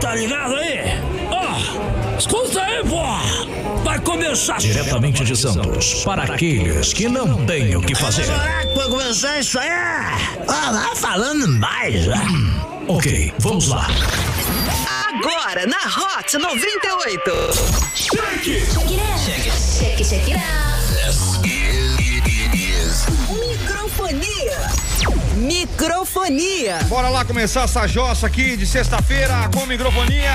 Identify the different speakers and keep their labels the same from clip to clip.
Speaker 1: tá ligado aí? Ó, escuta aí, pô! Vai começar
Speaker 2: Diretamente de Santos, para aqueles que não têm o que fazer.
Speaker 1: Será que vai começar isso aí? Ó, vai falando mais, ó.
Speaker 2: Ok, vamos lá.
Speaker 3: Agora na Hot 98.
Speaker 4: Check, check it out.
Speaker 3: Microfonia. Microfonia.
Speaker 5: Bora lá começar essa jossa aqui de sexta-feira com microfonia,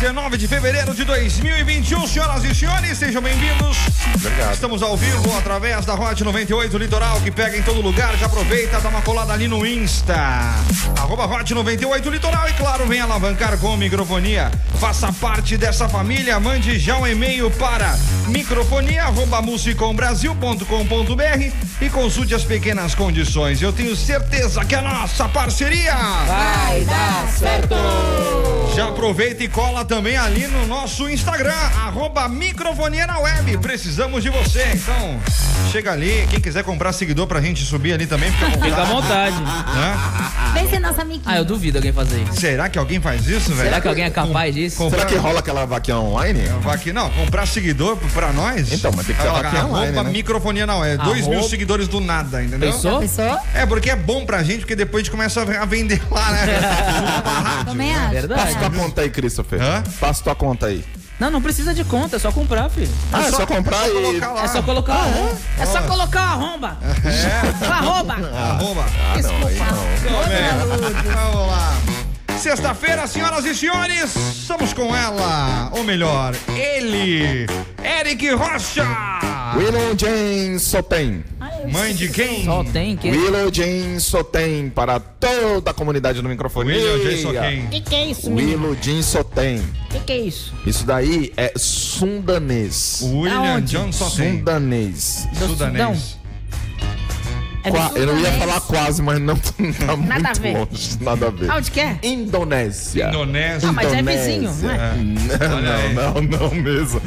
Speaker 5: 19 de fevereiro de 2021. Senhoras e senhores, sejam bem-vindos. Obrigado. Estamos ao vivo através da Hot 98 Litoral, que pega em todo lugar. Já aproveita, dá uma colada ali no Insta. Arroba Hot 98 Litoral e, claro, vem alavancar com microfonia. Faça parte dessa família. Mande já um e-mail para microfonia.musicombrasil.com.br e consulte as pequenas condições. Eu tenho certeza que é a nossa parceria. Já aproveita e cola também ali no nosso Instagram, arroba microfonia na web. Precisamos de você. Então, chega ali. Quem quiser comprar seguidor pra gente subir ali também, fica à
Speaker 6: Fica à
Speaker 5: vontade.
Speaker 6: vontade.
Speaker 5: né?
Speaker 4: Vem ser nossa
Speaker 6: Ah,
Speaker 4: amiguinha.
Speaker 6: eu duvido alguém fazer isso.
Speaker 5: Será que alguém faz isso, velho?
Speaker 6: Será que alguém é capaz disso?
Speaker 5: Com-
Speaker 7: Será que rola aquela vaquinha online?
Speaker 5: Vaqui- não, comprar seguidor pra nós?
Speaker 7: Então, mas tem que ter
Speaker 5: Coloca
Speaker 7: vaquinha
Speaker 5: arroba
Speaker 7: online, né?
Speaker 5: microfonia na web. Dois
Speaker 6: Arroba-
Speaker 5: mil seguidores do nada, entendeu?
Speaker 6: Pensou?
Speaker 4: Pessoa?
Speaker 5: É, porque é bom pra gente, porque depois a gente começa a vender lá, né?
Speaker 4: Também acho.
Speaker 6: Ah, é Verdade.
Speaker 7: Passa tua conta aí, Christopher.
Speaker 5: Hã?
Speaker 7: Passa tua conta aí.
Speaker 6: Não, não precisa de conta, é só comprar, filho.
Speaker 7: Ah, é só comprar e.
Speaker 5: Coloca lá.
Speaker 6: É só colocar a romba. É só colocar a romba.
Speaker 5: tá,
Speaker 6: A romba.
Speaker 5: Arroba.
Speaker 7: Ah, não, aí não.
Speaker 5: Vamos lá. Sexta-feira, senhoras e senhores, estamos com ela, ou melhor, ele, Eric Rocha.
Speaker 7: Willow Jane Sotem.
Speaker 5: Mãe de quem?
Speaker 6: Só tem que...
Speaker 7: Willow Jane Sotem para toda a comunidade do microfone.
Speaker 5: William J. Soquem.
Speaker 4: Que que é isso, menino?
Speaker 7: Willow Jane Sotem.
Speaker 4: Que que é isso?
Speaker 7: Isso daí é sundanês.
Speaker 5: William
Speaker 6: Aonde?
Speaker 5: John Soquem.
Speaker 7: Sundanês.
Speaker 6: Do
Speaker 5: Sudanês.
Speaker 4: É
Speaker 7: Qua-
Speaker 4: do
Speaker 7: Eu não ia
Speaker 4: Sudanês.
Speaker 7: falar quase, mas não tá muito
Speaker 4: a ver.
Speaker 7: longe. Nada a ver.
Speaker 6: Aonde que é?
Speaker 7: Indonésia.
Speaker 5: Indonésia.
Speaker 6: Ah, mas é
Speaker 7: Indonésia.
Speaker 6: vizinho, não é?
Speaker 5: Olha aí.
Speaker 7: Não, não, não mesmo.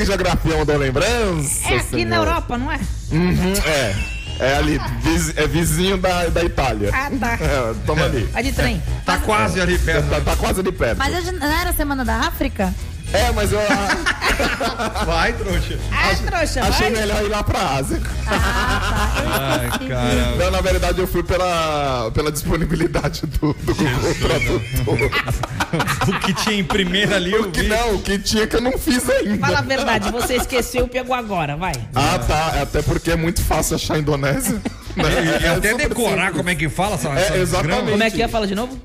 Speaker 7: Ei, geografia mandou lembrança.
Speaker 6: É aqui
Speaker 7: senhor.
Speaker 6: na Europa, não é?
Speaker 7: Uhum, é. É ali, viz- é vizinho da, da Itália.
Speaker 6: Ah, tá.
Speaker 7: É, toma ali.
Speaker 6: Vai de trem.
Speaker 5: Tá quase ali perto.
Speaker 7: Tá, tá quase ali perto.
Speaker 4: Mas hoje não era Semana da África?
Speaker 7: É, mas eu a-
Speaker 5: Vai, trouxa.
Speaker 6: Ah, trouxa,
Speaker 7: achei
Speaker 6: vai.
Speaker 7: melhor ir lá pra Ásia.
Speaker 5: Ai, cara.
Speaker 7: Não, na verdade, eu fui pela, pela disponibilidade do, do Google Tradutor.
Speaker 5: O que tinha em primeira ali, eu
Speaker 7: Que
Speaker 5: vi.
Speaker 7: não, o que tinha que eu não fiz ainda.
Speaker 6: Fala a verdade, você esqueceu e pegou agora, vai.
Speaker 7: Ah, tá. Até porque é muito fácil achar a Indonésia.
Speaker 5: E
Speaker 7: É
Speaker 5: até
Speaker 7: super
Speaker 5: decorar
Speaker 7: simples.
Speaker 5: como é que fala essa,
Speaker 7: É,
Speaker 5: essa
Speaker 7: exatamente.
Speaker 5: grama.
Speaker 6: Como é que é? Fala de novo.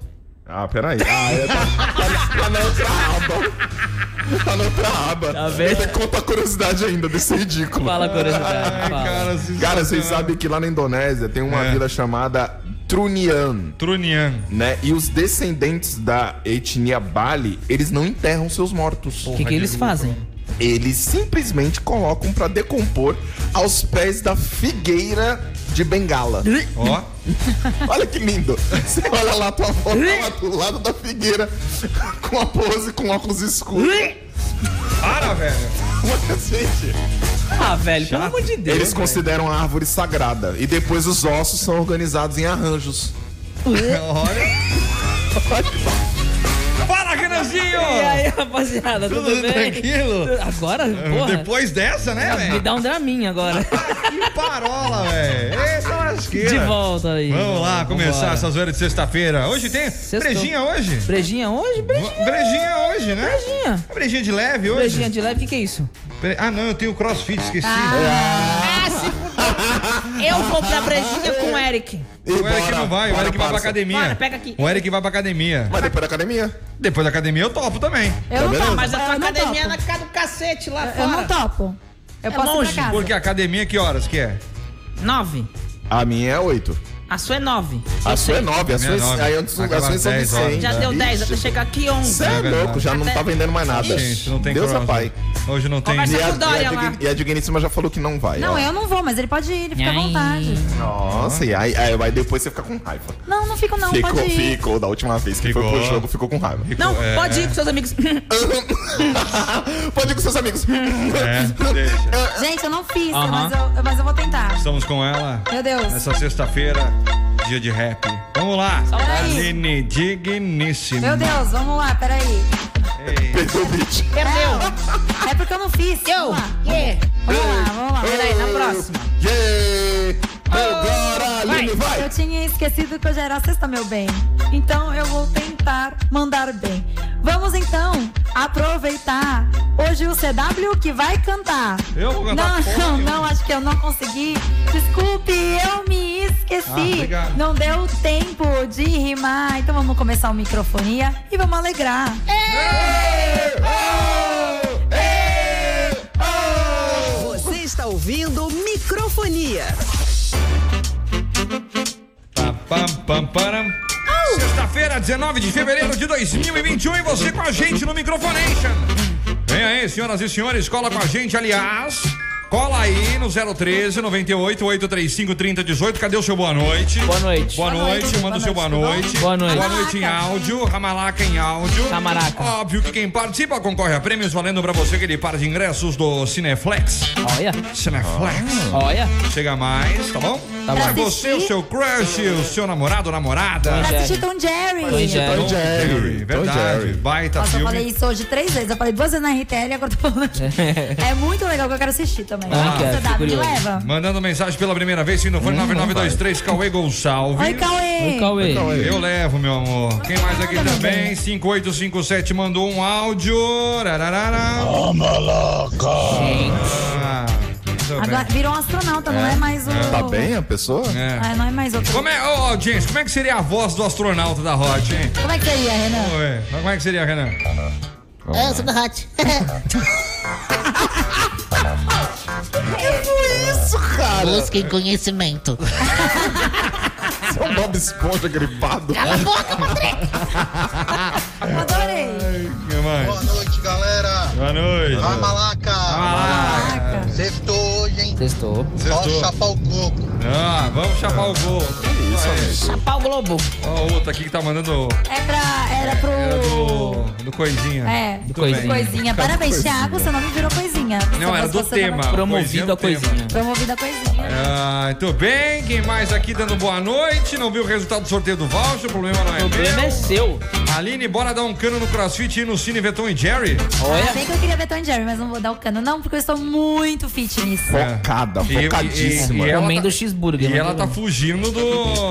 Speaker 7: Ah, peraí. Ah, é, tá, tá, na- tá na outra aba. Tá na outra aba.
Speaker 6: Tá vendo?
Speaker 7: Ainda Conta a curiosidade ainda, desse ridículo.
Speaker 6: Fala a curiosidade.
Speaker 5: Ai,
Speaker 6: Fala.
Speaker 5: cara,
Speaker 7: Cara, vocês
Speaker 5: sensacional.
Speaker 7: sabem que lá na Indonésia tem uma
Speaker 5: É.
Speaker 7: vila chamada Trunian,
Speaker 5: Trunian.
Speaker 7: né? E os descendentes da etnia Bali, eles não enterram seus mortos.
Speaker 6: O que, que eles fazem?
Speaker 7: Eles simplesmente colocam pra decompor aos pés da figueira de Bengala.
Speaker 5: Ó.
Speaker 7: Olha que lindo. Você olha lá tua foto lá do lado da figueira com a pose com óculos escuros.
Speaker 5: Para, velho.
Speaker 7: Olha, gente.
Speaker 6: Ah, velho, pelo amor de Deus.
Speaker 7: Eles
Speaker 5: É.
Speaker 7: consideram a árvore sagrada e depois os ossos são organizados em arranjos.
Speaker 5: Olha. Fala, Renanzinho!
Speaker 6: E aí, rapaziada, tudo,
Speaker 5: Tudo
Speaker 6: bem?
Speaker 5: tranquilo? É,
Speaker 6: Agora, porra,
Speaker 5: Depois dessa, né,
Speaker 6: me
Speaker 5: velho?
Speaker 6: dá um draminha agora.
Speaker 5: Que parola, velho. Essa lasqueira.
Speaker 6: De volta aí.
Speaker 5: Vamos lá começar
Speaker 6: Vambora.
Speaker 5: essa zoeira de sexta-feira. Hoje tem
Speaker 6: Sextou.
Speaker 5: brejinha hoje?
Speaker 6: Brejinha hoje? Brejinha.
Speaker 5: Brejinha hoje, né?
Speaker 6: Brejinha.
Speaker 5: Brejinha de leve hoje?
Speaker 6: Brejinha de leve, o que, que é isso?
Speaker 5: Bre- Ah, não, eu tenho crossfit, esqueci.
Speaker 6: Ah, se fudeu. Eu vou pra brejinha com o Eric.
Speaker 7: E
Speaker 5: O Eric
Speaker 7: bora,
Speaker 5: Então é não vai, o
Speaker 7: bora,
Speaker 5: Eric vai pra
Speaker 7: parça.
Speaker 5: academia.
Speaker 6: Bora, pega aqui.
Speaker 5: O Eric vai pra academia.
Speaker 7: Mas depois da academia.
Speaker 5: Depois da academia eu topo também.
Speaker 4: Eu não
Speaker 7: vendo?
Speaker 4: topo.
Speaker 6: Mas a tua
Speaker 4: eu não
Speaker 6: academia é
Speaker 4: topo.
Speaker 6: na casa do cacete lá
Speaker 4: Eu
Speaker 6: fora.
Speaker 4: não topo. Eu posso ir
Speaker 6: É longe,
Speaker 4: pra casa.
Speaker 5: Porque a academia que horas que é?
Speaker 6: Nove.
Speaker 7: A minha é 8.
Speaker 6: A sua é nove.
Speaker 7: A sua é 9. A sua
Speaker 5: Minha é nove.
Speaker 7: é Aí antes
Speaker 5: Acaba
Speaker 7: as suas são de
Speaker 5: dez horas.
Speaker 7: 100.
Speaker 6: Já deu dez, até chegar aqui onze.
Speaker 7: Você é louco, já não
Speaker 6: Até-
Speaker 7: tá vendendo mais nada.
Speaker 5: Gente, não tem
Speaker 7: Deus
Speaker 5: cross.
Speaker 7: é pai.
Speaker 5: Hoje não tem.
Speaker 6: Conversa-
Speaker 7: E a,
Speaker 6: com o Dória
Speaker 7: e, a
Speaker 6: lá.
Speaker 7: digni- e a digníssima já falou que não vai.
Speaker 6: é
Speaker 4: Não,
Speaker 7: ó.
Speaker 4: eu não vou, mas ele pode ir, ele fica à
Speaker 6: Ai.
Speaker 4: vontade.
Speaker 7: Nossa, e aí, aí vai depois você fica com raiva.
Speaker 4: Não, não fico não,
Speaker 7: ficou,
Speaker 4: pode ir.
Speaker 7: ficou. Da última vez que foi
Speaker 5: Ficou.
Speaker 7: pro jogo, ficou com raiva.
Speaker 6: Não,
Speaker 5: É.
Speaker 6: pode ir com seus amigos. É
Speaker 7: Pode ir com seus amigos.
Speaker 5: É, deixa.
Speaker 4: Gente, eu não fiz,
Speaker 6: Aham.
Speaker 4: mas, eu, mas eu vou tentar.
Speaker 5: Estamos com ela
Speaker 4: Meu Deus.
Speaker 5: nessa sexta-feira, dia de rap. Vamos Vamos lá.
Speaker 8: Solta aí.
Speaker 5: Benedictíssimo.
Speaker 8: Meu Deus, vamos lá, peraí.
Speaker 7: Perdeu o beat.
Speaker 9: Perdeu.
Speaker 8: É porque eu não fiz.
Speaker 9: Eu.
Speaker 8: Vamos lá,
Speaker 9: Yeah.
Speaker 8: vamos lá. Vamos lá. Peraí, na próxima.
Speaker 7: Yeah! Agora, Aline, vai!
Speaker 8: Eu tinha esquecido que hoje era sexta, meu bem. Então eu vou tentar mandar bem. Vamos então aproveitar. Hoje o CW que vai cantar.
Speaker 5: Eu vou cantar porra
Speaker 8: Não, não,
Speaker 5: nenhuma.
Speaker 8: não, acho que eu não consegui. Desculpe, eu me
Speaker 5: Ah,
Speaker 8: esqueci.
Speaker 5: obrigado.
Speaker 8: não deu tempo de rimar. Então vamos começar o microfonia e vamos alegrar.
Speaker 3: Você está ouvindo microfonia.
Speaker 5: Pam, pam, pam, param. Sexta-feira, 19 de fevereiro de 2021, e você com a gente no Microfonation. Vem aí, senhoras e senhores, cola com a gente, aliás. Cola aí no 013 98 835 3018. Cadê o seu boa noite?
Speaker 6: Boa noite.
Speaker 5: Boa noite, manda o seu boa noite.
Speaker 6: Boa noite.
Speaker 5: Boa noite em áudio, Ramalaca em áudio.
Speaker 6: Ramalaca.
Speaker 5: Óbvio que quem participa concorre a prêmios valendo pra você aquele par de ingressos do Cineflex.
Speaker 6: Olha,
Speaker 5: Cineflex.
Speaker 6: olha.
Speaker 5: Chega mais, tá bom?
Speaker 6: Tá bom.
Speaker 5: Pra você, o seu crush, o seu namorado, namorada.
Speaker 8: Pra
Speaker 6: Jerry.
Speaker 8: assistir Tom Jerry.
Speaker 6: Tom e Jerry.
Speaker 5: Tom É um Jerry, verdade.
Speaker 7: Jerry.
Speaker 5: Baita
Speaker 8: Nossa, eu
Speaker 5: filme.
Speaker 8: falei isso hoje três vezes. Eu falei duas vezes na RTL e agora tô falando aqui. É muito legal que eu quero assistir também.
Speaker 6: Ah,
Speaker 8: Você
Speaker 6: quero,
Speaker 8: dá,
Speaker 6: fico
Speaker 8: me
Speaker 6: curioso.
Speaker 8: leva.
Speaker 5: Mandando mensagem pela primeira vez, sendo fone 9923 Cauê Gonçalves.
Speaker 8: Hum, Oi, Cauê.
Speaker 6: Oi, Cauê.
Speaker 5: Eu levo, meu amor. Quem mais aqui
Speaker 8: Nada, meu
Speaker 5: também?
Speaker 8: bem.
Speaker 5: 5857 mandou um áudio. Rararara.
Speaker 6: Gente.
Speaker 5: Ah, muito
Speaker 8: Agora
Speaker 5: bem.
Speaker 8: virou um astronauta, não é mais o.
Speaker 7: Tá bem a pessoa?
Speaker 5: É.
Speaker 8: Ah, não é mais outro.
Speaker 5: Como é, ô audiência, como é que seria a voz do astronauta da Hot, hein?
Speaker 8: Como é que seria, Renan?
Speaker 5: Ué, mas como é que seria, Renan?
Speaker 9: É, eu sou do Hot.
Speaker 7: Isso, cara!
Speaker 9: Busquem conhecimento.
Speaker 7: Isso é um Bob Esponja gripado.
Speaker 8: Adorei.
Speaker 5: Que mais?
Speaker 10: Boa noite, galera.
Speaker 5: Boa noite.
Speaker 10: A malaca.
Speaker 5: Ah,
Speaker 8: Caraca.
Speaker 10: Sextou hoje, hein?
Speaker 6: Testou.
Speaker 10: Só
Speaker 5: Sextou.
Speaker 10: chapar o coco.
Speaker 5: Ah, vamos chapar o gol.
Speaker 7: Isso, amigo.
Speaker 9: Chapar o Globo.
Speaker 5: Ó, o outro aqui que tá mandando.
Speaker 8: É pra. Era pro.
Speaker 5: Era do. Do Coisinha.
Speaker 8: É,
Speaker 6: Do Coisinha.
Speaker 8: coisinha. Parabéns, Thiago. Seu nome virou coisinha.
Speaker 5: Não, era
Speaker 8: Mas
Speaker 5: do
Speaker 8: você tava
Speaker 5: tema.
Speaker 6: Promovido
Speaker 5: é o
Speaker 6: a coisinha.
Speaker 8: Promovida a coisinha.
Speaker 5: Ah, muito bem. Quem mais aqui dando boa noite? Não viu o resultado do sorteio do voucher? O problema não é
Speaker 6: O problema é
Speaker 5: meu.
Speaker 6: seu.
Speaker 5: Aline, bora dar um cano no crossfit e ir no Cine Veton e Jerry?
Speaker 8: Ah,
Speaker 6: Olha.
Speaker 8: bem que eu queria ver Tom e Jerry, mas não vou dar o cano, não, porque eu estou muito fitness.
Speaker 7: Focada,
Speaker 5: E- e-
Speaker 7: focadíssima.
Speaker 5: e- e ela
Speaker 6: Comendo
Speaker 5: tá-
Speaker 6: cheeseburger. né?
Speaker 5: E
Speaker 6: não
Speaker 5: ela
Speaker 6: tem
Speaker 5: tá
Speaker 6: como.
Speaker 5: fugindo do.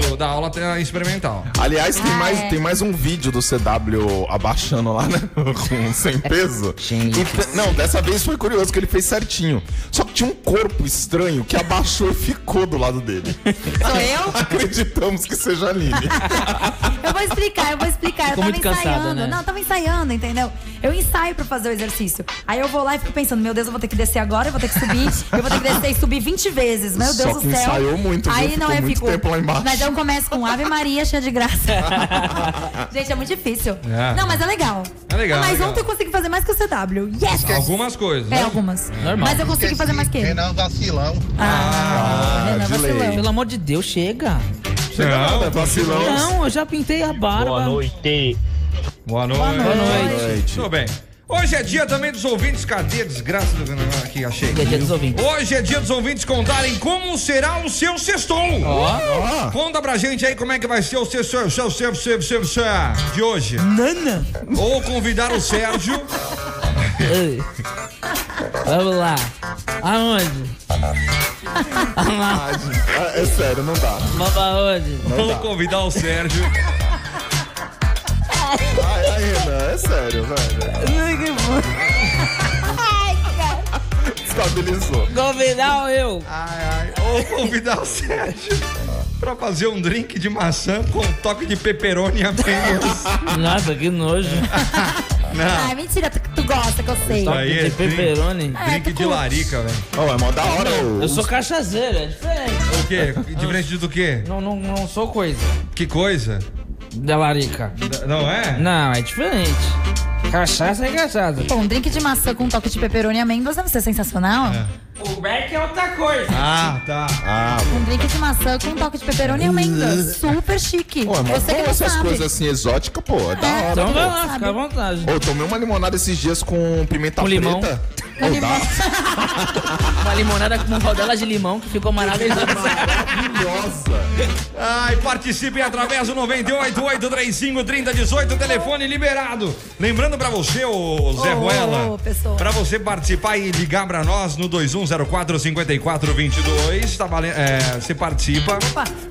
Speaker 5: do- da aula te- experimental.
Speaker 7: Aliás, tem,
Speaker 8: Ah,
Speaker 7: mais,
Speaker 8: é.
Speaker 7: tem mais um vídeo do CW abaixando lá, né? Com sem peso.
Speaker 6: Gente.
Speaker 7: E te- não, dessa vez foi curioso que ele fez certinho. Só que tinha um corpo estranho que abaixou e ficou do lado dele.
Speaker 8: Sou eu?
Speaker 7: Acreditamos que seja a Aline.
Speaker 8: Eu vou explicar, eu vou explicar. Eu
Speaker 6: Ficou
Speaker 8: tava
Speaker 6: muito cansada,
Speaker 8: ensaiando.
Speaker 6: né?
Speaker 8: Não, eu tava ensaiando, entendeu? Eu ensaio pra fazer o exercício. Aí eu vou lá e fico pensando, meu Deus, eu vou ter que descer agora, eu vou ter que subir, eu vou ter que descer e subir 20 vezes. Meu
Speaker 7: Só
Speaker 8: Deus
Speaker 7: que
Speaker 8: do céu.
Speaker 7: ensaiou muito, viu?
Speaker 8: Aí não
Speaker 7: Ficou
Speaker 8: é
Speaker 7: muito
Speaker 8: ficou.
Speaker 7: tempo lá embaixo.
Speaker 8: Mas eu começo com Ave Maria cheia de graça. Gente, é muito difícil.
Speaker 5: É.
Speaker 8: Não, mas é legal.
Speaker 5: É legal,
Speaker 8: Mas
Speaker 5: legal.
Speaker 8: ontem eu consegui fazer mais que o CW. Yes!
Speaker 5: Algumas coisas.
Speaker 8: É,
Speaker 5: né?
Speaker 8: algumas.
Speaker 6: Normal.
Speaker 8: Mas eu consegui fazer mais que ele.
Speaker 10: Renan vacilão.
Speaker 8: Ah, Renan
Speaker 7: de lei.
Speaker 8: vacilão.
Speaker 6: Pelo amor de Deus, chega. É.
Speaker 7: Chega
Speaker 5: Não.
Speaker 7: nada, é vacilão.
Speaker 6: Não, eu já pintei a barba.
Speaker 11: Boa noite.
Speaker 5: Boa noite.
Speaker 6: Boa noite.
Speaker 7: Boa noite.
Speaker 5: Tudo bem. Hoje é dia também dos ouvintes. Cadê a desgraça do. não, Aqui, achei.
Speaker 6: Hoje é dia dos ouvintes.
Speaker 5: Hoje é dia dos ouvintes contarem como será o seu sextou.
Speaker 7: Ah,
Speaker 5: Conta pra gente aí como é que vai ser o seu, seu, seu, seu, seu, seu, seu de hoje.
Speaker 6: Nana.
Speaker 5: Ou convidar o Sérgio.
Speaker 6: Ei. Vamos lá. Aonde?
Speaker 7: ah, é sério, não dá.
Speaker 6: Vamos aonde?
Speaker 5: Ou
Speaker 7: dá.
Speaker 5: convidar o Sérgio.
Speaker 7: Ai, ai, Renan, é sério, velho. Estabilizou.
Speaker 6: Convidar eu.
Speaker 5: Ou convidar o Sérgio pra fazer um drink de maçã com um toque de peperoni apenas.
Speaker 6: Nossa, que nojo.
Speaker 5: Não.
Speaker 8: Ah, mentira, tu, tu gosta que eu sei.
Speaker 5: Tá aí,
Speaker 6: De
Speaker 5: drink-
Speaker 6: pepperoni.
Speaker 5: Drink de larica, velho.
Speaker 7: Ó, é mó da hora. o-
Speaker 6: Eu sou cachaceiro, é diferente.
Speaker 5: O quê? Diferente do quê?
Speaker 6: Não, não, não sou coisa
Speaker 5: Que coisa?
Speaker 6: da larica.
Speaker 5: D- Não é?
Speaker 6: Não, é diferente. Cachaça é cachaça.
Speaker 8: Pô, um drink de maçã com um toque de peperoni e amêndoas deve ser sensacional.
Speaker 6: O Beck é outra coisa.
Speaker 5: Ah, tá.
Speaker 7: Ah,
Speaker 8: Um drink de maçã com um toque de peperoni e amêndoas. Super chique.
Speaker 7: pô, é mó
Speaker 8: Você que
Speaker 7: bom
Speaker 8: não
Speaker 7: essas
Speaker 8: sabe.
Speaker 7: coisas assim exóticas, pô. É da
Speaker 8: É.
Speaker 7: hora.
Speaker 6: Então vai
Speaker 8: Sabe?
Speaker 6: lá, fica à vontade.
Speaker 7: Ô, eu tomei uma limonada esses dias com pimenta
Speaker 6: Com limão.
Speaker 7: preta.
Speaker 6: Uma limonada com rodela de limão que ficou maravilhosa.
Speaker 7: Maravilhosa.
Speaker 5: Ai, participem através do 988353018, telefone liberado. Lembrando pra você, ô Zé
Speaker 4: Ô,
Speaker 5: Ruela,
Speaker 4: ô, pessoal.
Speaker 5: pra você participar e ligar pra nós no 21045422, tá valendo, é, você participa.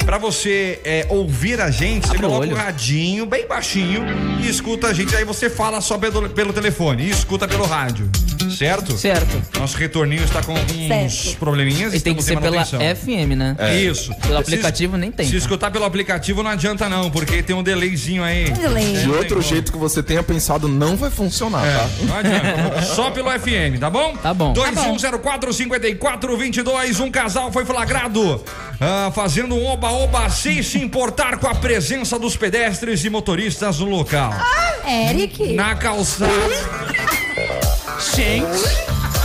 Speaker 5: Pra você é, ouvir a gente, você coloca o radinho bem baixinho e escuta a gente, aí você fala só pelo, pelo telefone e escuta pelo rádio, certo?
Speaker 6: Certo.
Speaker 5: Nosso retorninho está com alguns
Speaker 4: Certo.
Speaker 5: probleminhas.
Speaker 6: E tem que
Speaker 5: estamos
Speaker 6: ser
Speaker 5: em
Speaker 6: pela
Speaker 5: manutenção.
Speaker 6: FM, né?
Speaker 7: É.
Speaker 5: Isso.
Speaker 6: Pelo aplicativo
Speaker 5: Se-
Speaker 6: nem tem,
Speaker 5: Se
Speaker 6: tá?
Speaker 5: escutar pelo aplicativo não adianta não, porque tem um delayzinho aí.
Speaker 4: Excelente.
Speaker 7: De outro jeito que você tenha pensado, não vai funcionar, tá?
Speaker 5: Não adianta. Só pelo FM, tá bom?
Speaker 6: Tá bom.
Speaker 5: 21045422. Um casal foi flagrado ah, fazendo um oba-oba sem se importar com a presença dos pedestres e motoristas no local.
Speaker 7: É.
Speaker 4: Eric.
Speaker 5: Na calçada.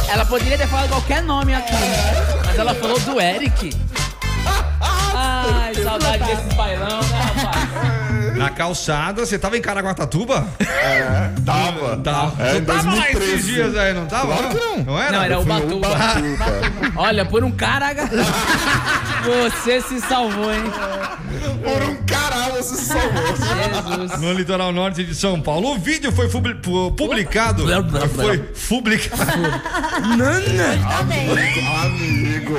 Speaker 6: Ela poderia ter falado qualquer nome aqui, né? mas ela falou do Eric. Ai, saudade desse bailão, né, rapaz?
Speaker 5: Na calçada, você tava em Caraguatatuba?
Speaker 7: Tava.
Speaker 5: Tava.
Speaker 7: É,
Speaker 5: Não tava lá
Speaker 7: 2013.
Speaker 5: esses dias é. aí, não tava?
Speaker 7: Claro que não.
Speaker 5: era?
Speaker 6: Não, era o
Speaker 7: Foi
Speaker 6: Batuba.
Speaker 7: Ubatuba.
Speaker 6: Olha, por um cara, você se salvou, hein?
Speaker 7: Por um caralho, você se salvou.
Speaker 6: Jesus.
Speaker 5: No litoral norte de São Paulo. O vídeo foi fubli- pu- publicado. Foi publicado.
Speaker 7: Amigo.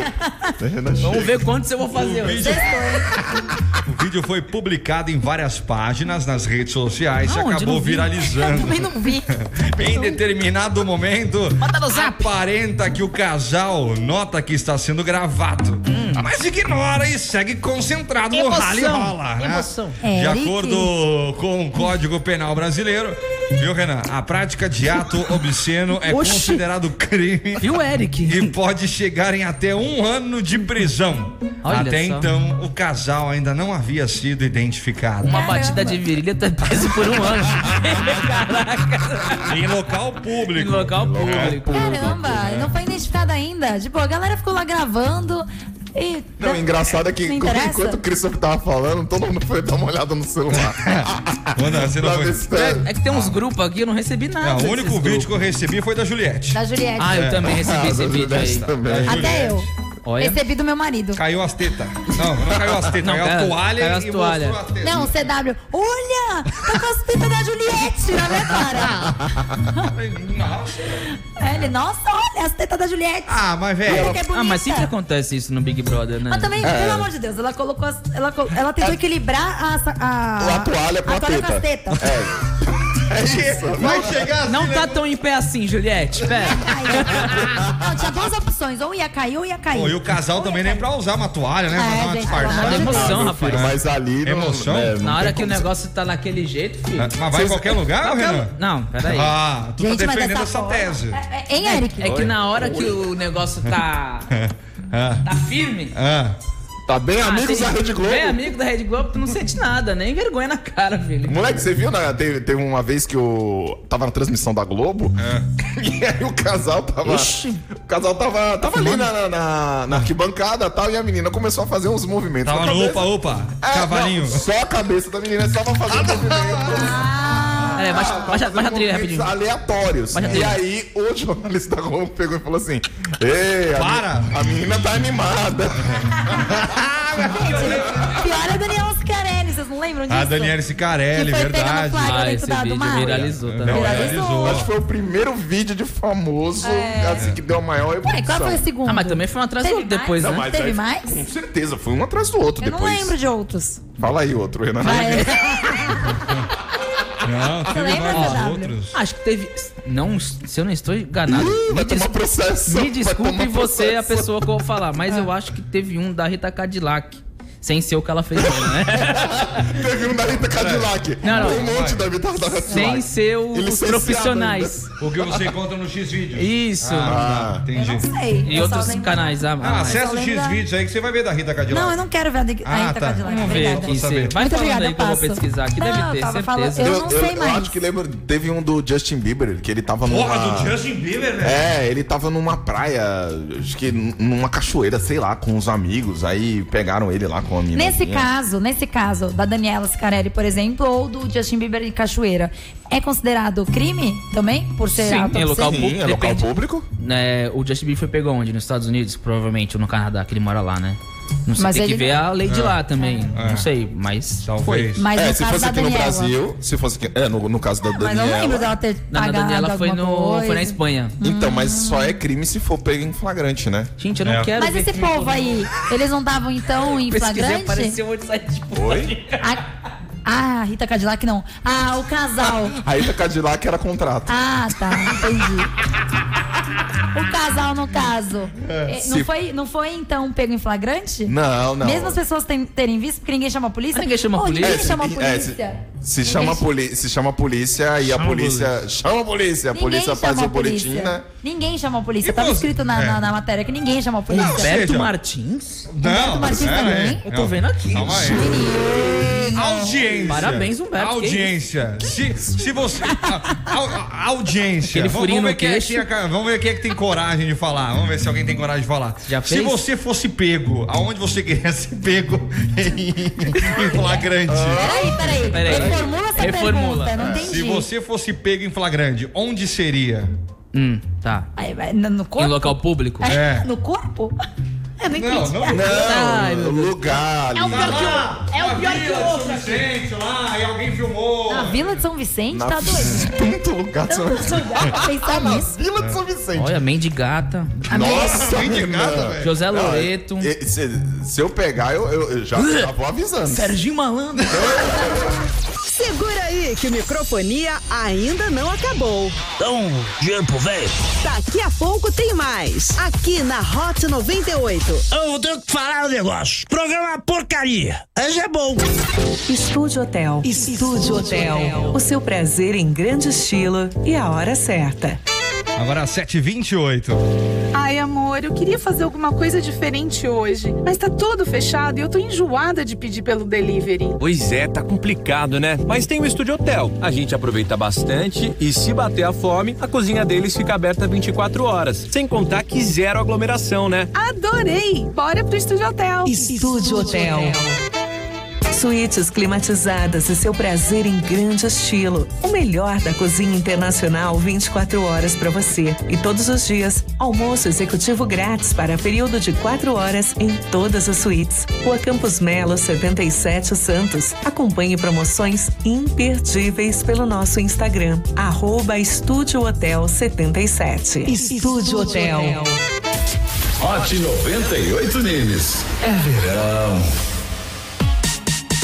Speaker 6: Vamos ver quantos eu vou fazer
Speaker 5: O
Speaker 6: hoje.
Speaker 5: Um vídeo, o vídeo foi publicado em várias páginas nas redes sociais e
Speaker 6: Aonde?
Speaker 5: acabou
Speaker 6: Não vi.
Speaker 4: Eu
Speaker 5: viralizando.
Speaker 4: também não vi.
Speaker 5: Em determinado momento,
Speaker 6: Bota no zap.
Speaker 5: aparenta que o casal nota que está sendo gravado, mas ignora e segue concentrado no
Speaker 6: Hum. Emoção.
Speaker 5: rally rola. né?
Speaker 6: Emoção.
Speaker 5: De
Speaker 4: Eric.
Speaker 5: acordo com o Código Penal Brasileiro, viu, Renan? A prática de ato obsceno é
Speaker 6: Oxi.
Speaker 5: considerado crime
Speaker 6: E o Eric?
Speaker 5: e pode chegar em até um ano de prisão.
Speaker 6: Olha
Speaker 5: até
Speaker 6: só.
Speaker 5: então, o casal ainda não havia sido identificado.
Speaker 6: Uma batida de virilha tá preso por um ano. Caraca.
Speaker 5: Em local público.
Speaker 6: Em local público.
Speaker 4: Caramba, não foi identificado ainda. De boa, a galera ficou lá gravando. E
Speaker 7: Não, o engraçado é que
Speaker 4: Não interessa?
Speaker 7: enquanto o Christopher tava falando, todo mundo foi dar uma olhada no celular.
Speaker 5: Mano, você não
Speaker 7: pra
Speaker 5: foi-
Speaker 7: ver se tá-
Speaker 6: É que tem uns grupos aqui, eu não recebi nada.
Speaker 5: Não, É, o
Speaker 6: desses
Speaker 5: único
Speaker 6: grupos.
Speaker 5: vídeo É. que eu recebi foi da Juliette.
Speaker 4: Da Juliette.
Speaker 6: Ah, eu também recebi esse vídeo aí.
Speaker 7: também.
Speaker 4: Até eu.
Speaker 6: Olha.
Speaker 4: Recebi do meu marido.
Speaker 5: Caiu as tetas. Não, não caiu as tetas,
Speaker 6: Não,
Speaker 5: caiu a
Speaker 6: caiu-
Speaker 5: toalha
Speaker 6: caiu as
Speaker 5: e
Speaker 6: toalha.
Speaker 5: mostrou
Speaker 7: é
Speaker 5: as tetas.
Speaker 4: Não, CW. Olha! Tá com as pipas da Juliette na minha cara.
Speaker 5: Nossa.
Speaker 4: Aí ele, nossa, olha as tetas da Juliette.
Speaker 5: Ah, mas
Speaker 4: Olha
Speaker 5: velho.
Speaker 4: que é bonita.
Speaker 6: Ah, mas sempre acontece isso no Big Brother, né?
Speaker 7: É.
Speaker 4: Mas também, pelo amor de Deus, ela colocou as- ela, col- ela tentou equilibrar a, sa- a,
Speaker 7: A toalha com a
Speaker 4: toalha com as
Speaker 7: teta.
Speaker 4: tetas.
Speaker 7: É. É isso.
Speaker 5: Vai chegar assim,
Speaker 6: Não
Speaker 5: né?
Speaker 6: tá tão em pé assim, Juliette. Pera.
Speaker 4: Aí, não, tinha duas opções, ou ia cair ou ia cair.
Speaker 5: Pô, e o casal
Speaker 4: Ou
Speaker 6: tá
Speaker 5: também
Speaker 4: ia
Speaker 5: nem pra usar uma toalha, né?
Speaker 4: É,
Speaker 5: Pra dar uma
Speaker 4: gente, pelo amor
Speaker 6: Dá
Speaker 4: de
Speaker 5: disfarçada.
Speaker 4: Deus.
Speaker 6: emoção,
Speaker 7: Meu filho,
Speaker 6: rapaz.
Speaker 7: Mas ali. não-
Speaker 5: Emoção?
Speaker 7: né, não
Speaker 6: Na hora
Speaker 7: tem
Speaker 6: que o
Speaker 7: como-
Speaker 6: negócio tá naquele jeito, filho.
Speaker 5: Ah,
Speaker 7: Ah, tá,
Speaker 5: Mas vai em qualquer lugar, ô Renan?
Speaker 6: Não, peraí.
Speaker 5: Ah, tu
Speaker 4: Gente,
Speaker 5: tá
Speaker 4: mas
Speaker 5: defendendo
Speaker 4: dessa
Speaker 5: essa
Speaker 4: forma-
Speaker 5: tese.
Speaker 4: cair. É, hein, Eric?
Speaker 6: É que na hora que o negócio tá.
Speaker 5: Ah,
Speaker 6: tá firme.
Speaker 5: ah.
Speaker 7: Tá bem amigos
Speaker 6: tem-
Speaker 7: da Rede Globo.
Speaker 6: Bem amigo da Rede Globo, tu não sente nada, nem vergonha na cara, filho.
Speaker 7: Moleque, você viu, né? Teve, teve uma vez que o. Tava na transmissão da Globo.
Speaker 5: É.
Speaker 7: E aí o casal tava. O casal tava.
Speaker 6: Tá
Speaker 7: Tava ali na, na, na- na arquibancada e tal. E a menina começou a fazer uns movimentos.
Speaker 5: Tava
Speaker 7: com a
Speaker 5: no
Speaker 7: cabeça.
Speaker 5: opa, Tá opa.
Speaker 4: Ah,
Speaker 7: É,
Speaker 5: Cavalinho.
Speaker 7: não, só a cabeça da menina estava fazendo movimentos.
Speaker 6: Peraí, É, baixa,
Speaker 7: tava
Speaker 6: baixa,
Speaker 7: fazendo
Speaker 6: baixa a trilha
Speaker 7: movimentos
Speaker 6: rapidinho.
Speaker 7: Aleatórios.
Speaker 6: Baixa a
Speaker 7: E
Speaker 6: trilha.
Speaker 7: aí o jornalista da Globo pegou e falou assim: Ei, a
Speaker 5: Para.
Speaker 7: men- A menina tá animada.
Speaker 4: Pior é a Daniela Oscarelli, vocês não lembram disso?
Speaker 5: Ah, A Daniele Sicarelli,
Speaker 4: Que foi pegando
Speaker 5: verdade.
Speaker 4: flagra.
Speaker 6: Ah,
Speaker 4: Olha
Speaker 6: esse
Speaker 4: que dado
Speaker 6: vídeo
Speaker 4: mal.
Speaker 6: viralizou tá
Speaker 5: Não,
Speaker 6: também.
Speaker 5: realizou.
Speaker 7: Acho que foi o primeiro vídio de famoso
Speaker 6: É.
Speaker 7: assim, que deu a maior evolução.
Speaker 4: Peraí, qual foi o segundo?
Speaker 6: Ah, mas também foi um atrás do
Speaker 4: Teve
Speaker 6: outro depois,
Speaker 4: mais?
Speaker 6: né?
Speaker 7: Não, mas
Speaker 4: Teve
Speaker 7: aí-
Speaker 4: mais?
Speaker 7: Com certeza, foi um atrás do outro
Speaker 4: Eu não
Speaker 7: depois.
Speaker 4: lembro de outros.
Speaker 7: Fala aí outro, Renan.
Speaker 4: Mas-
Speaker 5: Não, teve
Speaker 4: lembra,
Speaker 5: vários
Speaker 4: CW?
Speaker 5: outros.
Speaker 6: Acho que teve. Não, se eu não estou enganado.
Speaker 7: Ih,
Speaker 6: Me,
Speaker 7: Vai tomar
Speaker 6: des-
Speaker 7: processo.
Speaker 6: me
Speaker 7: vai
Speaker 6: desculpe
Speaker 7: tomar
Speaker 6: você, a
Speaker 7: processo.
Speaker 6: pessoa que eu vou falar,
Speaker 5: Ah.
Speaker 6: mas eu acho que teve um da Rita Cadillac. Sem ser o que ela fez, né?
Speaker 7: Teve um da Rita Cadillac.
Speaker 6: Não, não.
Speaker 7: Tem um monte da Rita Cadillac.
Speaker 6: Sem ser o-
Speaker 7: E
Speaker 6: os
Speaker 7: licenciado
Speaker 6: profissionais.
Speaker 5: O que você encontra no X-Video.
Speaker 6: Isso.
Speaker 5: né? Ah,
Speaker 4: Eu
Speaker 5: entendi.
Speaker 4: não sei.
Speaker 6: E
Speaker 4: eu só
Speaker 6: outros
Speaker 4: lembro-
Speaker 6: canais. Ah,
Speaker 5: Ah,
Speaker 6: mas-
Speaker 5: acessa o
Speaker 4: lembra-
Speaker 5: X-Vídeos aí que você vai ver da Rita Cadillac.
Speaker 4: Não, eu não quero ver a é Rita
Speaker 5: Ah, tá.
Speaker 4: Cadillac.
Speaker 6: Vamos ver
Speaker 4: obrigada.
Speaker 6: quem ser. Vai
Speaker 4: Muito
Speaker 6: falando
Speaker 4: obrigada,
Speaker 6: aí que eu vou
Speaker 4: passo.
Speaker 6: pesquisar, que
Speaker 4: Não,
Speaker 6: deve ter,
Speaker 4: tava falando-
Speaker 6: certeza.
Speaker 4: Eu não sei mais.
Speaker 7: Eu acho que lembro. Teve um do Justin Bieber, que ele tava numa.
Speaker 5: Porra
Speaker 4: Ah.
Speaker 5: do Justin Bieber, velho.
Speaker 7: É, ele tava numa praia, acho que numa cachoeira, sei lá, com os amigos. Aí pegaram ele lá com com a mina.
Speaker 4: Nesse
Speaker 7: né?
Speaker 4: caso, nesse caso da Daniela Scarelli, por exemplo, ou do Justin Bieber em Cachoeira, é considerado crime também? Por ser
Speaker 6: Sim,
Speaker 4: auto-
Speaker 6: em local
Speaker 4: ser-
Speaker 7: Sim, é local
Speaker 6: Depende.
Speaker 7: público.
Speaker 6: né, o Justin Bieber foi pego onde? Nos Estados Unidos? Provavelmente, ou no Canadá, que ele mora lá, né? Não sei,
Speaker 4: Mas
Speaker 6: tem que
Speaker 4: ele-
Speaker 6: ver a lei de lá também. Não sei, mas...
Speaker 5: É. Talvez.
Speaker 4: Mas
Speaker 7: é,
Speaker 4: no
Speaker 7: se
Speaker 4: caso
Speaker 7: fosse
Speaker 4: da
Speaker 7: aqui no
Speaker 4: Daniela.
Speaker 7: Brasil, se fosse aqui, é, no, no caso da
Speaker 4: Mas eu não lembro
Speaker 7: Daniela.
Speaker 4: dela ter
Speaker 6: Não, na
Speaker 4: pagado
Speaker 6: Daniela foi,
Speaker 4: alguma
Speaker 6: no, foi
Speaker 4: coisa.
Speaker 6: na Espanha.
Speaker 7: Então, mas
Speaker 4: Hum.
Speaker 7: só é crime se for pego em flagrante, né?
Speaker 6: Gente, eu não
Speaker 5: É.
Speaker 6: quero
Speaker 4: Mas
Speaker 6: ver
Speaker 4: esse
Speaker 6: filme
Speaker 4: povo
Speaker 6: pornô.
Speaker 4: aí, eles não davam então em
Speaker 6: Pesquisei,
Speaker 4: flagrante?
Speaker 6: apareceu um monte de site de pornô.
Speaker 7: Oi?
Speaker 4: A... Ah, Rita Cadillac não. Ah, o casal.
Speaker 7: Aí tá da Cadillac era contrato.
Speaker 4: Ah, tá, entendi. O casal, no caso. eh,
Speaker 7: É, se-
Speaker 4: Não foi, não foi então pego em flagrante?
Speaker 7: Não, não.
Speaker 4: Mesmo as pessoas ten- terem visto, porque ninguém chama a polícia?
Speaker 6: Ninguém chama a
Speaker 4: Ô,
Speaker 6: polícia.
Speaker 4: Ninguém
Speaker 7: se-
Speaker 4: chama a
Speaker 7: é,
Speaker 4: polícia.
Speaker 7: se, se chama a polícia, se chama a polícia e a polícia chama a polícia, a
Speaker 4: Ninguém
Speaker 7: polícia faz
Speaker 4: chama
Speaker 7: o
Speaker 4: a polícia.
Speaker 7: boletim, né?
Speaker 4: Ninguém chama a polícia.
Speaker 5: E
Speaker 4: Tava
Speaker 5: você-
Speaker 4: escrito na,
Speaker 5: é.
Speaker 4: na- na matéria que ninguém chama a polícia.
Speaker 5: Não,
Speaker 6: Beto
Speaker 5: Seja.
Speaker 6: Martins?
Speaker 5: Não, é,
Speaker 4: Martins
Speaker 5: pera
Speaker 4: também?
Speaker 5: aí.
Speaker 6: Eu tô
Speaker 5: Não.
Speaker 6: vendo aqui.
Speaker 5: Calma aí. Audiência.
Speaker 6: Parabéns, Humberto, que
Speaker 5: Audiência. Se, se você. a- a- a- audiência.
Speaker 6: Aquele
Speaker 5: Vamos-
Speaker 6: furinho
Speaker 5: vamos ver
Speaker 6: no
Speaker 5: quem é que
Speaker 6: queixo.
Speaker 5: tinha ca- vamos ver quem é que tem coragem de falar. Vamos ver se alguém tem coragem de falar.
Speaker 6: Já
Speaker 5: se
Speaker 6: fez?
Speaker 5: você fosse pego, aonde você queria ser pego em, em flagrante?
Speaker 6: Ah.
Speaker 4: Peraí, peraí.
Speaker 6: Peraí.
Speaker 4: Reformula essa
Speaker 6: Reformula.
Speaker 4: pergunta. Não entendi.
Speaker 5: Se você fosse pego em flagrante, onde seria?
Speaker 6: Hum, tá.
Speaker 4: Ai, vai, no- no corpo?
Speaker 6: Em local público?
Speaker 4: Ai,
Speaker 5: É.
Speaker 4: No corpo? Eu não
Speaker 5: Não,
Speaker 4: entendi.
Speaker 5: não.
Speaker 6: Ai,
Speaker 7: Não,
Speaker 6: meu
Speaker 7: lugar ali.
Speaker 5: É o pior que eu lá, e alguém filmou.
Speaker 6: Tá.
Speaker 4: Na Vila de São Vicente?
Speaker 7: Na-
Speaker 4: Tá doido? Tá
Speaker 7: Tanto um
Speaker 8: Então,
Speaker 7: lugar. de São Vicente.
Speaker 4: Pensar nisso.
Speaker 7: Vila de São Vicente.
Speaker 6: Olha, mendigata.
Speaker 7: Nossa,
Speaker 5: Bem de casa,
Speaker 7: Renan.
Speaker 5: velho.
Speaker 6: José
Speaker 7: Não,
Speaker 6: Loreto.
Speaker 7: e- Se, se eu pegar, eu, eu- eu já, já vou avisando.
Speaker 6: Serginho Malandro.
Speaker 3: Segura aí que microfonia ainda não acabou.
Speaker 2: Então, dinheiro pro velho.
Speaker 3: Daqui a pouco tem mais. Aqui na Hot 98.
Speaker 2: Eu tenho que falar um negócio. Programa porcaria. Esse é bom.
Speaker 12: Estúdio Hotel. Estúdio Hotel. O seu prazer em grande estilo e a hora certa.
Speaker 5: Agora 7h28.
Speaker 13: Ai, amor, eu queria fazer alguma coisa diferente hoje, mas tá tudo fechado e eu tô enjoada de pedir pelo delivery.
Speaker 14: Pois é, tá complicado, né? Mas tem o Estúdio Hotel. A gente aproveita bastante e se bater a fome, a cozinha deles fica aberta 24 horas. Sem contar que zero aglomeração, né?
Speaker 13: Adorei! Bora pro Estúdio Hotel!
Speaker 12: Estúdio Hotel. Suítes climatizadas e seu prazer em grande estilo. O melhor da cozinha internacional 24 horas para você. E todos os dias, almoço executivo grátis para período de 4 horas em todas as suítes. Rua Campos Melo, 77 Santos. Acompanhe promoções imperdíveis pelo nosso Instagram, arroba Estúdio Hotel 77. Estúdio Hotel.
Speaker 2: Hot 98 Nimes.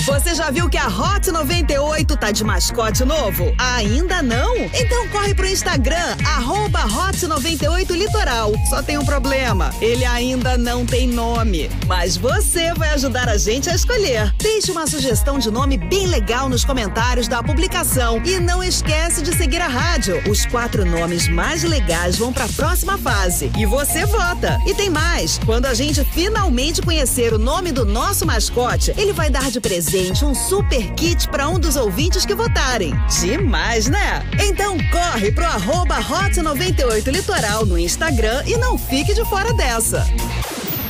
Speaker 3: Você já viu que a Hot 98 tá de mascote novo? Ainda não? Então corre pro Instagram, arroba Hot 98 Litoral. Só tem um problema, ele ainda não tem nome. Mas você vai ajudar a gente a escolher. Deixe uma sugestão de nome bem legal nos comentários da publicação. E não esquece de seguir a rádio. Os quatro nomes mais legais vão pra próxima fase. E você vota. E tem mais, quando a gente finalmente conhecer o nome do nosso mascote, ele vai dar de presente um super kit para um dos ouvintes que votarem. Demais, né? Então corre pro arroba Hot 98 Litoral no Instagram e não fique de fora dessa.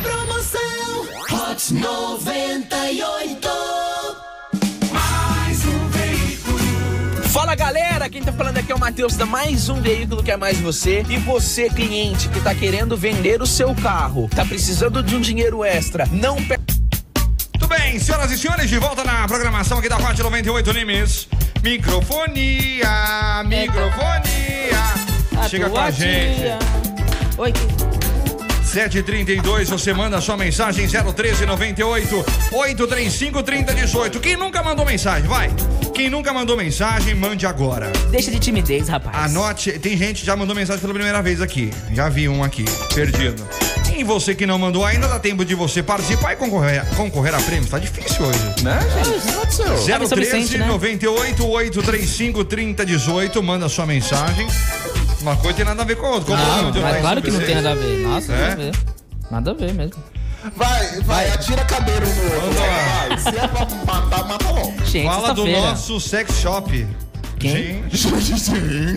Speaker 3: Promoção Hot 98.
Speaker 14: Fala galera, quem tá falando aqui é o Matheus da Mais Um Veículo Que É Mais Você. E você, cliente, que tá querendo vender o seu carro, tá precisando de um dinheiro extra, não pe...
Speaker 5: Muito bem, senhoras e senhores, de volta na programação aqui da Rádio 98 Nimes. Microfonia, microfonia.
Speaker 6: Tá
Speaker 5: Chega com a gente.
Speaker 6: Oi.
Speaker 5: 7h32, você manda sua mensagem 01398 835 3018. Quem nunca mandou mensagem, vai. Quem nunca mandou mensagem, mande agora.
Speaker 6: Deixa de timidez, rapaz.
Speaker 5: Anote, tem gente que já mandou mensagem pela primeira vez aqui. Já vi um aqui, perdido. E você que não mandou ainda, dá tempo de você participar e concorrer, concorrer a prêmios. Tá difícil hoje.
Speaker 7: Né, gente? Aconteceu.
Speaker 5: 013
Speaker 6: Vicente, né?
Speaker 5: 98 835 3018, manda sua mensagem. Uma coisa tem nada a ver com a outra. Como então é
Speaker 6: Não,
Speaker 5: o nome
Speaker 6: Ah, mas
Speaker 5: do
Speaker 6: claro que não tem
Speaker 5: SBC?
Speaker 6: nada a ver. Nossa,
Speaker 5: É?
Speaker 6: nada a ver. Nada a ver mesmo.
Speaker 7: Vai, vai, atira a cadeira no outro.
Speaker 5: Manda lá.
Speaker 7: Vai, se é pra matar, mata logo.
Speaker 6: Gente,
Speaker 5: Fala do
Speaker 6: sexta-feira.
Speaker 5: nosso sex shop.
Speaker 6: Quem?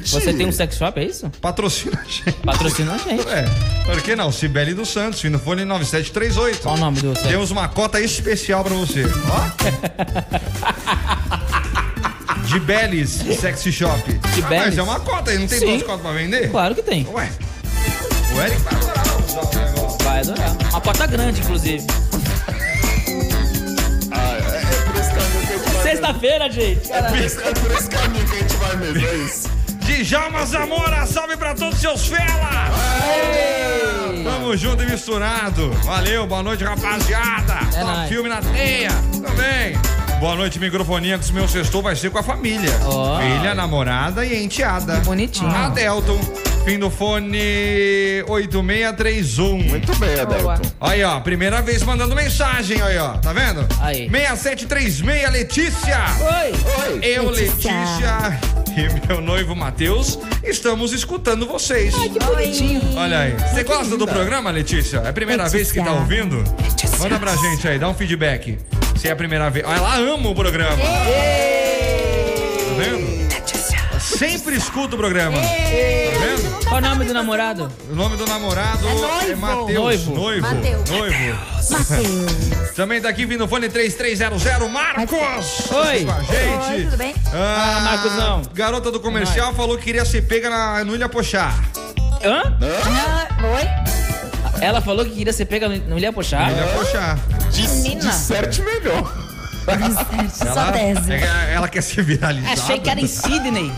Speaker 6: Você tem um sex shop, é isso?
Speaker 5: Patrocina a gente.
Speaker 6: Patrocina a gente.
Speaker 5: É. Por que não? Cibele dos Santos, Finofone 9738. Qual
Speaker 6: o nome do
Speaker 5: Temos uma cota especial pra você. Ó. De Belis Sexy Shop. De
Speaker 6: Belis?
Speaker 5: Mas é uma cota aí, não tem
Speaker 6: Sim.
Speaker 5: duas cotas pra vender?
Speaker 6: Claro que tem.
Speaker 5: Ué. O Eric vai adorar usar o negócio.
Speaker 6: Vai adorar. Uma porta grande, inclusive.
Speaker 5: Ah, é,
Speaker 6: Sexta-feira, gente.
Speaker 7: É por esse caminho que a gente vai mesmo, é isso.
Speaker 5: Djalma Zamora, salve pra todos seus felas! Tamo junto e misturado. Valeu, boa noite, rapaziada.
Speaker 6: É
Speaker 5: Tá
Speaker 6: nóis.
Speaker 5: filme na teia também. Boa noite, microfonia, que o meu sextou vai ser com a família. Filha, namorada e enteada. bonitinho. A Delton. Fim do fone 8631. Muito
Speaker 7: bem,
Speaker 5: Adelton. um. Aí, ó, primeira vez mandando mensagem, aí, ó. Tá vendo?
Speaker 6: Aí.
Speaker 5: 6736, Letícia.
Speaker 6: Oi. Oi.
Speaker 5: Eu,
Speaker 6: Letícia.
Speaker 5: Letícia e meu noivo Matheus estamos escutando vocês.
Speaker 6: Ai, que bonitinho.
Speaker 5: Olha aí. Você gosta do programa, Letícia? É a primeira
Speaker 6: Letícia.
Speaker 5: vez que tá ouvindo? Manda pra gente aí, dá um feedback. Se é a primeira vez. Ah, Ela ama o programa. Tá vendo? Sempre escuta o programa. Tá vendo?
Speaker 6: Qual o nome do namorado?
Speaker 5: O nome do namorado é, Matheus.
Speaker 6: Noivo.
Speaker 5: Noivo.
Speaker 6: Mateus.
Speaker 5: Noivo. Também tá aqui vindo o fone 3300, Marcos!
Speaker 6: Oi.
Speaker 5: Com a gente.
Speaker 6: Oi, tudo bem?
Speaker 5: Ah,
Speaker 6: Ah, Marcosão.
Speaker 5: Garota do comercial falou que queria ser pega na, no Ilha Pochá.
Speaker 6: Hã? Oi? Ela falou que queria ser pega no no Ilha Pochá.
Speaker 5: Ilha Pochá.
Speaker 8: Menina.
Speaker 7: melhor.
Speaker 8: Só tese.
Speaker 5: Ela, É, ela quer ser viralizada.
Speaker 8: Achei que era em
Speaker 6: Sidney.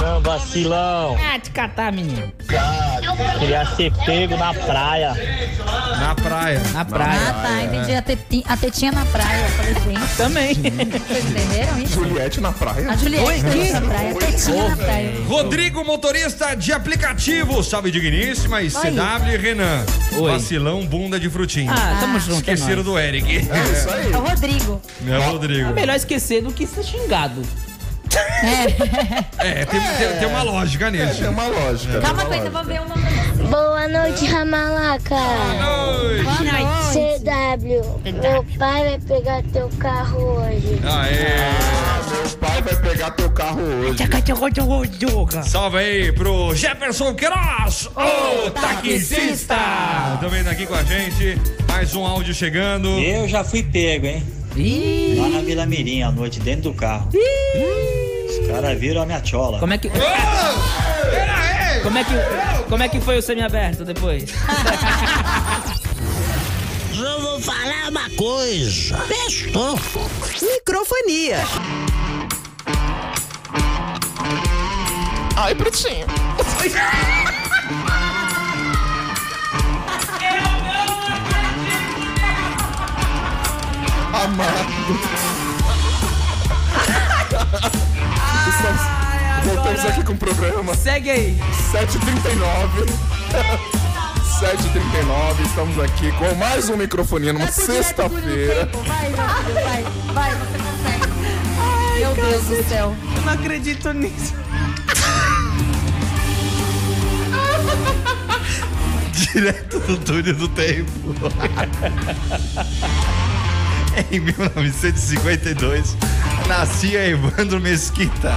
Speaker 15: Não, vacilão.
Speaker 6: Ah, te catar, menino.
Speaker 15: Queria ser pego na praia.
Speaker 5: Na praia.
Speaker 6: Na praia.
Speaker 8: Ah, tá, entendi. A, teti- a tetinha na praia. Eu falei,
Speaker 4: assim.
Speaker 8: gente.
Speaker 6: Também.
Speaker 8: Vocês entenderam isso?
Speaker 7: Juliette na praia.
Speaker 8: A Juliette Oi, na praia. A tetinha na praia.
Speaker 5: Rodrigo, motorista de aplicativo. Salve, digníssima. E CW e Renan. Vacilão, bunda de frutinho.
Speaker 6: Ah, tamo junto,
Speaker 5: Esqueceram
Speaker 6: é nóis.
Speaker 5: do Eric.
Speaker 8: É o Rodrigo.
Speaker 5: É o Rodrigo.
Speaker 6: É melhor esquecer do que ser xingado.
Speaker 5: É, tem, tem- tem uma lógica nisso. tem
Speaker 7: uma lógica.
Speaker 8: Calma, coisa, eu vou ver uma.
Speaker 16: Boa noite, Ramalaca.
Speaker 8: Boa noite.
Speaker 16: CW, meu pai vai pegar teu carro hoje.
Speaker 7: Meu pai vai pegar teu carro hoje.
Speaker 5: Salve aí pro Jefferson Queiroz, o taxista. Também tá aqui com a gente. Mais um áudio chegando.
Speaker 15: Eu já fui pego, hein? Lá na Vila Mirim, à noite, dentro do carro. Os caras viram a minha tchola.
Speaker 6: Como é que. Como é que, como é que foi o semi-aberto depois?
Speaker 15: Eu vou falar uma coisa.
Speaker 3: Estou. Microfonia.
Speaker 8: Ai, pretinho.
Speaker 7: Estamos- Voltamos aqui com o programa.
Speaker 6: Segue aí.
Speaker 7: 7h39. 7h39, estamos aqui com mais um microfonia numa sexta-feira.
Speaker 8: Vai, vai, vai, vai, você consegue. Meu Deus do céu.
Speaker 6: Eu não acredito nisso.
Speaker 5: Direto do túnel do tempo. em 1952, nascia Evandro Mesquita.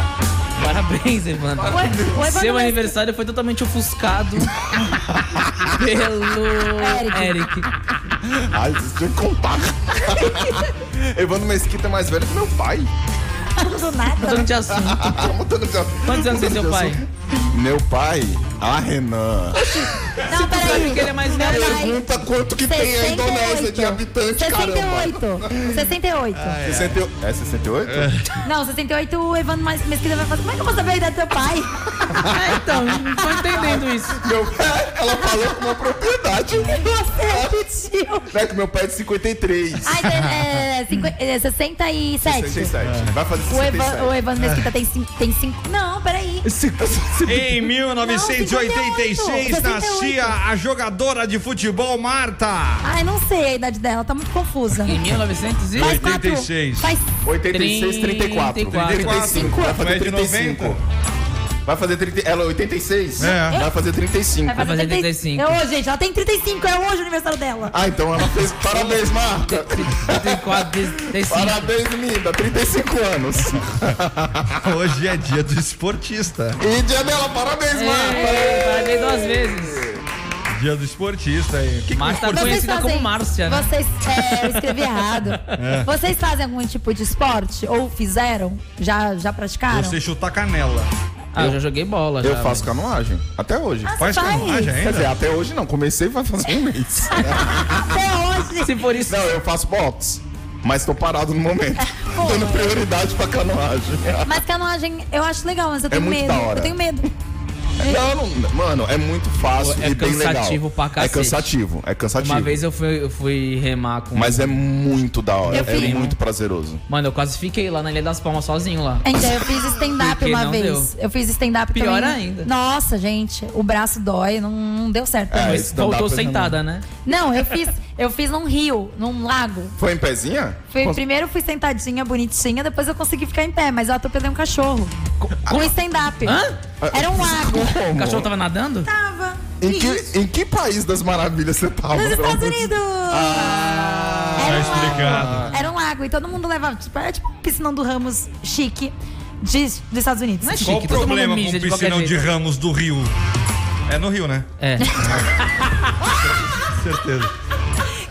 Speaker 6: Parabéns, Evandro.
Speaker 5: Ué,
Speaker 6: Seu
Speaker 5: Evandro,
Speaker 6: aniversário foi totalmente ofuscado pelo
Speaker 8: Eric.
Speaker 6: Eric.
Speaker 7: Ai, vocês tinham que contar. Evandro Mesquita é mais velho que meu pai.
Speaker 8: Do nada.
Speaker 6: Mudando de assunto.
Speaker 7: Mudando de assunto.
Speaker 6: Quantos anos tem seu pai?
Speaker 7: Meu pai, a Renan.
Speaker 8: Não, peraí.
Speaker 6: que ele é mais
Speaker 8: velho.
Speaker 7: Pergunta quanto que tem a Indonésia de habitante, caramba.
Speaker 8: 68. 68.
Speaker 7: 68. um É 68?
Speaker 8: Não, 68 o Evandro mais Mesquita vai falar. Como é que eu vou saber a idade do teu pai?
Speaker 6: então, não tô entendendo isso.
Speaker 7: ela falou com uma propriedade.
Speaker 8: Você repetiu.
Speaker 7: Não é que meu pai é de 53.
Speaker 8: Ah, então é, é, cinqu- é 67.
Speaker 7: 67. Vai fazer
Speaker 8: O, Eva, o
Speaker 7: 67.
Speaker 8: Evandro Mesquita tem 5. Tem cinco. Não, peraí.
Speaker 5: Em 1986
Speaker 8: Não, 58.
Speaker 5: nascia a jogadora de futebol Marta.
Speaker 8: Ai, não sei a idade dela, tá muito confusa.
Speaker 6: Em 1900 e...
Speaker 8: Faz quatro-
Speaker 5: 86.
Speaker 8: Faz
Speaker 7: 86, 34.
Speaker 6: 34.
Speaker 7: 35. Vai fazer
Speaker 5: Vai de
Speaker 7: 35.
Speaker 5: 90?
Speaker 7: Vai fazer 30, ela é 86.
Speaker 4: É.
Speaker 7: Vai fazer 35.
Speaker 4: Vai fazer 35. É hoje, gente. Ela tem 35, é hoje o aniversário dela.
Speaker 7: Ah, então ela fez. Parabéns, Marta!
Speaker 6: 34, 35.
Speaker 7: Parabéns, linda! 35 anos!
Speaker 5: Hoje é dia do esportista.
Speaker 7: E dia dela,
Speaker 8: É,
Speaker 7: parabéns,
Speaker 6: Marta! É, Parabéns duas vezes.
Speaker 5: Dia do esportista aí. Que que
Speaker 6: Marta
Speaker 5: o
Speaker 6: tá
Speaker 5: esportista-
Speaker 6: conhecida como Márcia, né?
Speaker 8: Vocês, é, eu escrevi errado.
Speaker 5: É.
Speaker 8: Vocês fazem algum tipo de esporte? Ou fizeram? Já, já praticaram?
Speaker 5: Você chuta canela.
Speaker 6: Ah, eu já joguei bola.
Speaker 7: Eu
Speaker 6: já,
Speaker 7: faço canoagem. Até hoje.
Speaker 8: Ah, você Faz faz? canoagem ainda?
Speaker 7: Quer dizer, até hoje não. Comecei vai fazer um mês.
Speaker 8: Até hoje.
Speaker 6: Se for isso.
Speaker 7: Não, eu faço box. Mas tô parado no momento.
Speaker 8: Pô.
Speaker 7: Dando prioridade pra canoagem.
Speaker 8: Mas canoagem eu acho legal, mas eu
Speaker 7: É
Speaker 8: tenho
Speaker 7: muito
Speaker 8: medo.
Speaker 7: da hora.
Speaker 8: Eu tenho medo.
Speaker 7: Não, não, mano, é muito fácil
Speaker 6: É
Speaker 7: e bem legal.
Speaker 6: cansativo pra
Speaker 7: É
Speaker 6: cacete.
Speaker 7: cansativo, é cansativo.
Speaker 6: Uma vez eu fui, eu fui remar com.
Speaker 7: Mas é muito da hora,
Speaker 8: Eu
Speaker 7: é
Speaker 8: fiz.
Speaker 7: muito prazeroso.
Speaker 6: Mano, eu quase fiquei lá na Ilha das Palmas sozinho lá.
Speaker 8: Então, eu fiz stand-up
Speaker 6: Porque
Speaker 8: uma
Speaker 6: não
Speaker 8: vez.
Speaker 6: deu.
Speaker 8: Eu fiz stand-up também.
Speaker 6: Pior ainda.
Speaker 8: Nossa, gente, o braço dói, não, É, não deu certo
Speaker 7: É.
Speaker 8: pra mim.
Speaker 6: Mas voltou sentada, né?
Speaker 8: Não, eu fiz, eu fiz num rio, num lago.
Speaker 7: Foi em pezinha?
Speaker 8: Fui,
Speaker 7: Cons-
Speaker 8: Primeiro eu fui sentadinha, bonitinha, depois eu consegui ficar em pé, mas eu atropelei um cachorro. Um stand-up.
Speaker 6: Hã?
Speaker 8: Era um lago.
Speaker 6: O cachorro tava nadando?
Speaker 8: Tava.
Speaker 7: Em que, em que país das maravilhas você tava?
Speaker 8: Nos
Speaker 7: pelo amor
Speaker 8: Estados
Speaker 7: de
Speaker 8: Unidos! um
Speaker 7: Tá explicado.
Speaker 8: Era um lago e todo mundo levava. Tipo, era tipo um piscinão do Ramos chique de, dos Estados Unidos. Tipo
Speaker 6: Não é
Speaker 5: Qual o problema com o piscinão de Ramos do Rio? É no Rio, né?
Speaker 6: É.
Speaker 5: Certeza.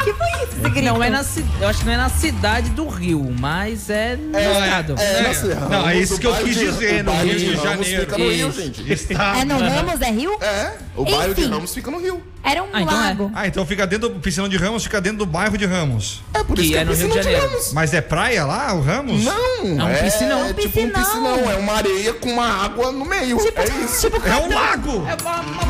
Speaker 8: Que foi isso?
Speaker 6: Não é na ci- Eu acho que não é na cidade do Rio, mas é no
Speaker 5: É,
Speaker 6: estado.
Speaker 5: é, é, Nossa, não, Ramos, é isso o que eu bairro quis de- dizer, o no bairro Rio de de Ramos Janeiro. fica no Rio, gente.
Speaker 8: É no Ramos, é Rio? É.
Speaker 7: O bairro de
Speaker 8: Enfim.
Speaker 7: Ramos fica no Rio.
Speaker 8: Era um lago.
Speaker 5: Ah, então fica dentro do piscinão de Ramos, fica dentro do bairro de Ramos.
Speaker 7: É por
Speaker 6: isso Que que é é no Rio piscinão de de Janeiro.
Speaker 5: Mas é praia lá, o Ramos?
Speaker 7: Não,
Speaker 6: É um piscinão.
Speaker 7: É tipo um piscinão, é uma areia com uma água no meio. é isso.
Speaker 5: É um lago!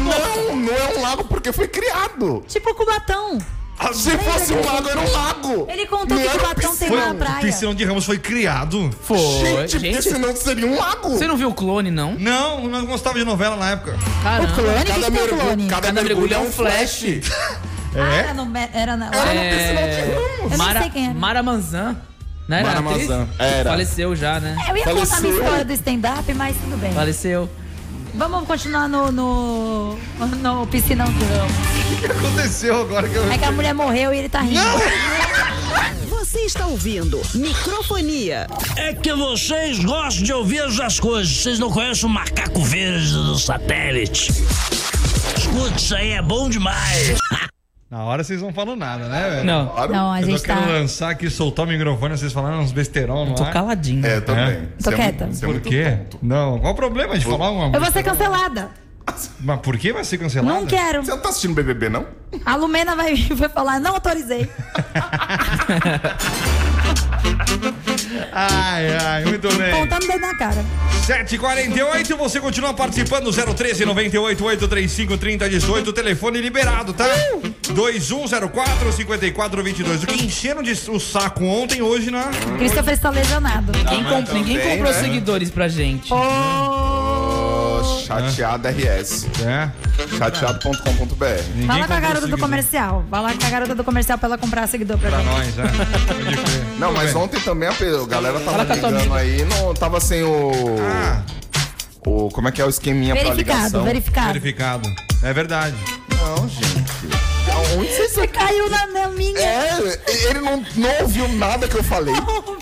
Speaker 7: Não, não é um lago porque foi criado.
Speaker 8: Tipo Cubatão.
Speaker 7: Ah, Se
Speaker 8: Lembra
Speaker 7: fosse um
Speaker 8: que ele
Speaker 7: lago, era um
Speaker 8: contou?
Speaker 7: lago.
Speaker 8: Ele contou
Speaker 7: Não
Speaker 8: que
Speaker 7: era
Speaker 8: Cubatão tem
Speaker 7: piscina.
Speaker 8: uma praia.
Speaker 5: O piscinão de Ramos foi criado. Foi.
Speaker 7: Gente, piscinão seria um lago.
Speaker 6: um- Você não viu o clone, não?
Speaker 5: Não, não gostava de novela na época.
Speaker 6: Caramba.
Speaker 7: Cada mergulho, cada mergulho é um flash.
Speaker 8: Ah,
Speaker 5: É?
Speaker 8: era, no, me- era na, lá no
Speaker 6: É...
Speaker 8: Eu não
Speaker 6: Mara,
Speaker 8: sei quem era.
Speaker 6: Mara Manzan. Né?
Speaker 7: Mara
Speaker 6: Era atriz?
Speaker 7: Manzan, era.
Speaker 6: Faleceu já, né?
Speaker 8: Eu ia contar a minha
Speaker 6: Faleceu.
Speaker 8: história do stand-up, mas tudo bem.
Speaker 6: Faleceu.
Speaker 8: Vamos continuar no, no, no piscinão de Ramos.
Speaker 5: O que aconteceu agora que eu.
Speaker 8: É que a mulher morreu e ele tá rindo.
Speaker 3: Você está ouvindo Microfonia.
Speaker 1: É que vocês gostam de ouvir essas coisas. Vocês não conhecem o macaco verde do satélite. Escute, isso aí é bom demais.
Speaker 5: Na hora vocês não falam nada, né, velho?
Speaker 6: Não.
Speaker 5: Claro.
Speaker 8: Não, a
Speaker 5: eu
Speaker 8: gente
Speaker 5: tô querendo
Speaker 8: tá-
Speaker 5: lançar aqui, soltar o microfone, vocês falaram uns besteirão, não
Speaker 6: Tô caladinho.
Speaker 7: É, também.
Speaker 8: Tô quieta.
Speaker 5: Por quê? Não, qual o problema de falar uma
Speaker 8: Eu vou ser cancelada.
Speaker 5: Mas por que vai ser cancelado?
Speaker 8: Não quero.
Speaker 7: Você não tá assistindo BBB, não?
Speaker 8: A Lumena vai, vai falar, não autorizei.
Speaker 5: Ai, ai, muito bem.
Speaker 8: Apontando o dedo na cara.
Speaker 5: 7h48, você continua participando, 013 98 835 3018, telefone liberado, tá? 2104 5422. O que encheram de, o saco ontem, hoje né? na.
Speaker 8: Christopher está lesionado.
Speaker 6: Quem
Speaker 5: é
Speaker 7: mas
Speaker 6: comp- Ninguém
Speaker 7: também,
Speaker 6: comprou
Speaker 7: né?
Speaker 6: seguidores pra gente.
Speaker 7: Ô, chateado RS.
Speaker 5: É.
Speaker 7: Chateado.com.br.
Speaker 8: Fala com a garota do comercial. Fala com a garota do comercial pra ela comprar seguidor pra,
Speaker 5: Pra
Speaker 8: mim.
Speaker 5: nós, é.
Speaker 7: Não, mas ontem também a pe- a galera tava ligando aí, não tava sem o.
Speaker 5: Ah.
Speaker 7: O, como é que é o esqueminha pra
Speaker 8: Verificado,
Speaker 7: ligação?
Speaker 8: verificado.
Speaker 5: Verificado. É verdade.
Speaker 7: Não, gente. Aonde vocês
Speaker 8: Você caiu na, na minha.
Speaker 7: É, ele não, não ouviu nada que eu falei. Ou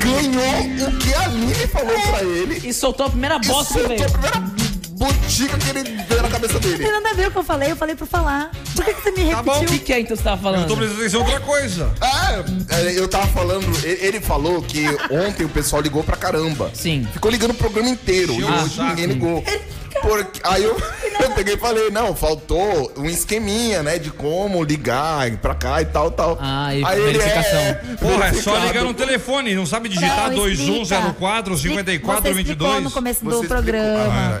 Speaker 7: ganhou o que a Aline falou pra ele.
Speaker 6: E soltou a primeira bosta,
Speaker 7: Isso
Speaker 6: velho.
Speaker 7: foi a primeira botica que ele deu na cabeça
Speaker 8: Não tem
Speaker 7: dele.
Speaker 8: nada a ver o que eu falei, eu falei pra falar. Por que, que você me
Speaker 5: Tá bom.
Speaker 8: repetiu?
Speaker 6: O que, que é então que você tava
Speaker 5: Eu
Speaker 6: falando?
Speaker 5: tô prestando atenção em outra coisa.
Speaker 7: Ah, é, eu tava falando, ele ele falou que ontem o pessoal ligou pra caramba.
Speaker 6: Sim.
Speaker 7: Ficou ligando o programa inteiro e
Speaker 5: Ah,
Speaker 7: hoje
Speaker 5: tá.
Speaker 7: ninguém ligou. Porque, aí eu, eu peguei e falei, não, faltou um esqueminha, né, de como ligar pra cá e tal, tal.
Speaker 6: Ah, e
Speaker 7: aí ele,
Speaker 6: verificação.
Speaker 7: é,
Speaker 5: Porra, é só
Speaker 7: verificado.
Speaker 5: ligar no telefone, não sabe digitar
Speaker 8: Não, explica.
Speaker 5: 2104
Speaker 8: Você explicou
Speaker 5: 5422.
Speaker 8: no começo
Speaker 7: Você
Speaker 8: do
Speaker 7: explicou.
Speaker 8: programa.